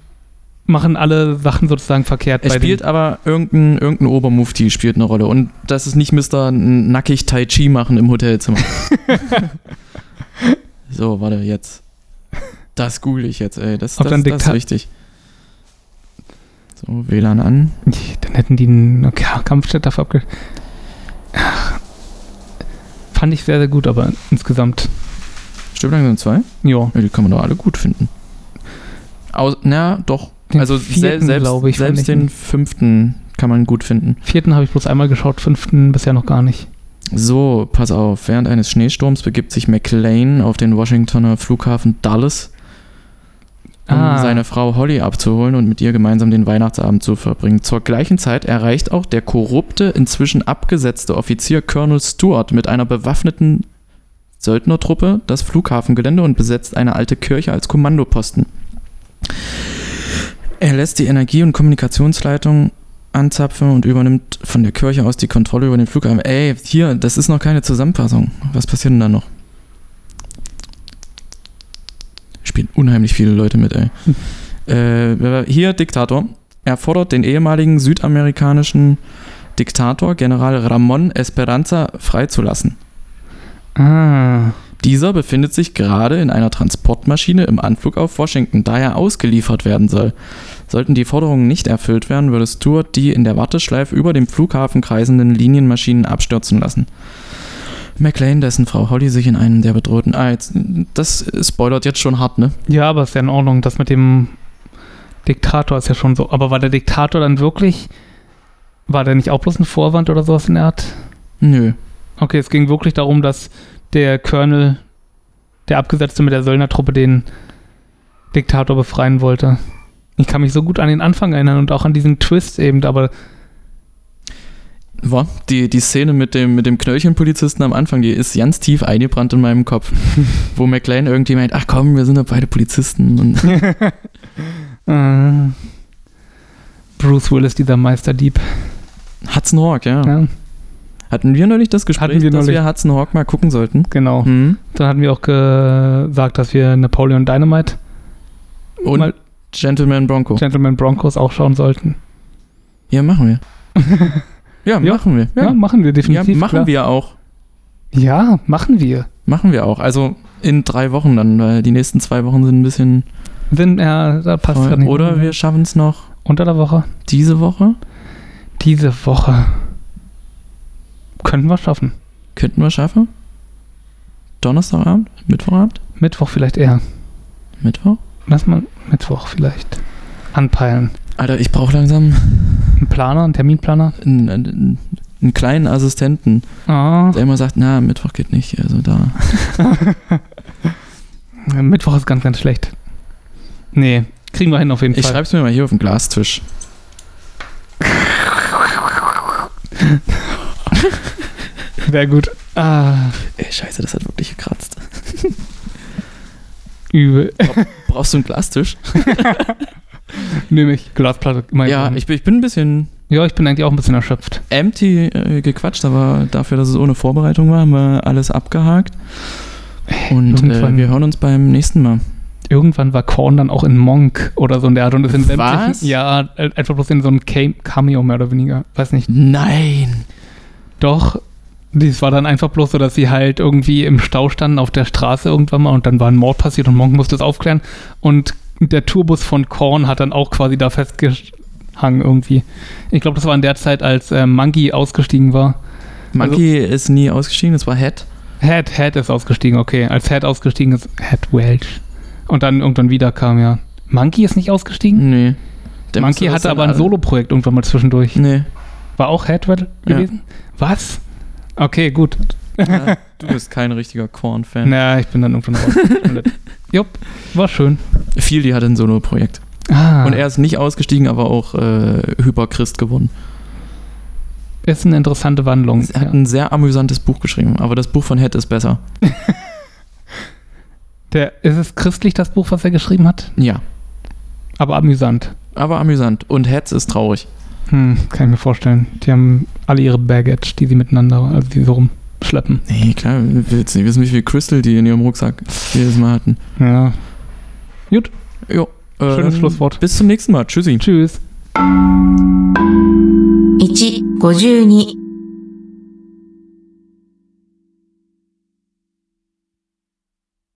A: machen alle Sachen sozusagen verkehrt.
B: Es spielt aber irgendein, irgendein Obermufti spielt eine Rolle. Und das ist nicht Mr. Nackig Tai Chi machen im Hotelzimmer. so, warte, jetzt. Das google ich jetzt, ey. Das,
A: Ob
B: das,
A: dann
B: das ist
A: Diktat-
B: wichtig. So, WLAN an.
A: Dann hätten die einen okay, Kampfjet dafür abge... Ach. Fand ich sehr, sehr gut, aber insgesamt,
B: Stirb langsam 2?
A: ja.
B: Ja, die kann man doch alle gut finden. Aus, na, doch.
A: Den
B: also sel-
A: vierten,
B: selbst,
A: glaube ich, fand
B: selbst
A: ich
B: den
A: nicht.
B: fünften kann man gut finden.
A: Vierten habe ich bloß einmal geschaut, fünften bisher noch gar nicht.
B: So, pass auf. Während eines Schneesturms begibt sich McLean auf den Washingtoner Flughafen Dulles, um
A: Ah.
B: seine Frau Holly abzuholen und mit ihr gemeinsam den Weihnachtsabend zu verbringen. Zur gleichen Zeit erreicht auch der korrupte, inzwischen abgesetzte Offizier Colonel Stewart mit einer bewaffneten Söldnertruppe das Flughafengelände und besetzt eine alte Kirche als Kommandoposten. Er lässt die Energie- und Kommunikationsleitung anzapfen und übernimmt von der Kirche aus die Kontrolle über den Flughafen. Ey, hier, das ist noch keine Zusammenfassung. Was passiert denn da noch? Spielen unheimlich viele Leute mit, ey. äh, hier, Diktator. Er fordert den ehemaligen südamerikanischen Diktator, General Ramon Esperanza, freizulassen.
A: Ah,
B: Dieser befindet sich gerade in einer Transportmaschine im Anflug auf Washington, da er ausgeliefert werden soll. Sollten die Forderungen nicht erfüllt werden, würde Stewart die in der Warteschleife über dem Flughafen kreisenden Linienmaschinen abstürzen lassen. McLean, dessen Frau Holly sich in einem der bedrohten... Ah, jetzt, das spoilert jetzt schon hart, ne?
A: ja, aber ist ja in Ordnung, das mit dem Diktator ist ja schon so. Aber war der Diktator dann wirklich, war der nicht auch bloß ein Vorwand oder sowas in der Art?
B: Nö.
A: Okay, es ging wirklich darum, dass der Colonel, der Abgesetzte mit der Söldnertruppe, den Diktator befreien wollte. Ich kann mich so gut an den Anfang erinnern und auch an diesen Twist eben, aber
B: War die, die Szene mit dem, mit dem Knöllchenpolizisten am Anfang, die ist ganz tief eingebrannt in meinem Kopf. wo McLean irgendwie meint, ach komm, wir sind doch beide Polizisten und...
A: äh, Bruce Willis, dieser Meisterdieb. ne?
B: Hudson Hawk, ja.
A: Ja,
B: Hatten wir neulich das Gespräch,
A: Hatten wir
B: dass
A: neulich.
B: wir Hudson Hawk mal gucken sollten?
A: genau.
B: Mhm.
A: Dann hatten wir auch gesagt, dass wir Napoleon Dynamite
B: Und
A: mal
B: Gentleman Bronco.
A: Gentleman Broncos auch schauen sollten.
B: ja, machen wir.
A: Ja.
B: Ja, machen wir.
A: Ja,
B: Ja,
A: machen wir
B: ja,
A: definitiv.
B: machen
A: klar.
B: wir auch.
A: Ja, machen wir.
B: Machen wir auch. Also in drei Wochen dann, weil die nächsten zwei Wochen sind ein bisschen.
A: Sind, ja, da passt
B: voll.
A: grad nicht.
B: Oder wir schaffen es noch
A: Unter der Woche.
B: diese Woche.
A: Diese Woche. Könnten wir schaffen.
B: Könnten wir schaffen. Donnerstagabend? Mittwochabend?
A: Mittwoch vielleicht eher.
B: Mittwoch?
A: Lass mal Mittwoch vielleicht anpeilen.
B: Alter, ich brauche langsam
A: Ein Planer, ein Terminplaner.
B: einen, einen, einen kleinen Assistenten,
A: Ah,
B: der immer sagt, na, Mittwoch geht nicht. Also da.
A: Mittwoch ist ganz, ganz schlecht. Nee, kriegen wir hin auf jeden
B: Ich
A: Fall.
B: schreib's mir mal hier auf den Glastisch.
A: Wäre gut. Ah,
B: Ey, scheiße, das hat wirklich gekratzt.
A: übel.
B: Brauchst du einen Glastisch?
A: Nehme ich. Glasplatte. immer
B: Ja,
A: gerne.
B: ich, bin- ich bin ein bisschen
A: ja, ich bin eigentlich auch ein bisschen erschöpft.
B: empty äh, gequatscht, aber dafür, dass es ohne Vorbereitung war, haben wir alles abgehakt. Und äh,
A: irgendwann-
B: wir hören uns beim nächsten Mal.
A: Irgendwann war Korn dann auch in Monk oder so in der Art und ist in
B: Was?
A: sämtlichen. Ja, äh, einfach bloß in so einem Cam- Cameo mehr oder weniger. Weiß nicht.
B: Nein!
A: Doch, dies war dann einfach bloß so, dass sie halt irgendwie im Stau standen auf der Straße irgendwann mal und dann war ein Mord passiert und Monk musste es aufklären. Und der Tourbus von Korn hat dann auch quasi da festgehangen irgendwie. Ich glaube, das war in der Zeit, als äh, Monkey ausgestiegen war.
B: Monkey ist nie ausgestiegen, das war Head.
A: Head, Head ist ausgestiegen, okay. Als Head ausgestiegen ist, Head Welch. Und dann irgendwann wieder kam ja. Monkey ist nicht ausgestiegen?
B: Nee. Der
A: Monkey
B: müsste das
A: hatte
B: dann
A: aber ein
B: alle-
A: Solo-Projekt irgendwann mal zwischendurch.
B: Nee.
A: War auch Head Welch
B: Ja.
A: gewesen? Was? Okay, gut.
B: Ja, du bist kein richtiger Korn-Fan.
A: Na, ich bin dann irgendwann raus. Jupp, war schön.
B: Fieldy hatte ein Solo-Projekt.
A: Ah,
B: Und er ist nicht ausgestiegen, aber auch äh, Hyperchrist geworden.
A: ist eine interessante Wandlung.
B: Er hat ein sehr amüsantes Buch geschrieben, aber das Buch von Head ist besser.
A: Der, ist es christlich, das Buch, was er geschrieben hat?
B: Ja.
A: Aber amüsant.
B: Aber amüsant. Und Hetz ist traurig.
A: Hm, kann ich mir vorstellen. Die haben alle ihre Baggage, die sie miteinander, also die so rumschleppen.
B: Nee, klar, willst nicht wissen, wie viel Crystal die in ihrem Rucksack jedes Mal hatten.
A: Ja. Ähm.
B: Jo. äh,
A: Schönes Schlusswort.
B: Bis zum nächsten Mal. Tschüssi.
A: Tschüss.
C: 1、52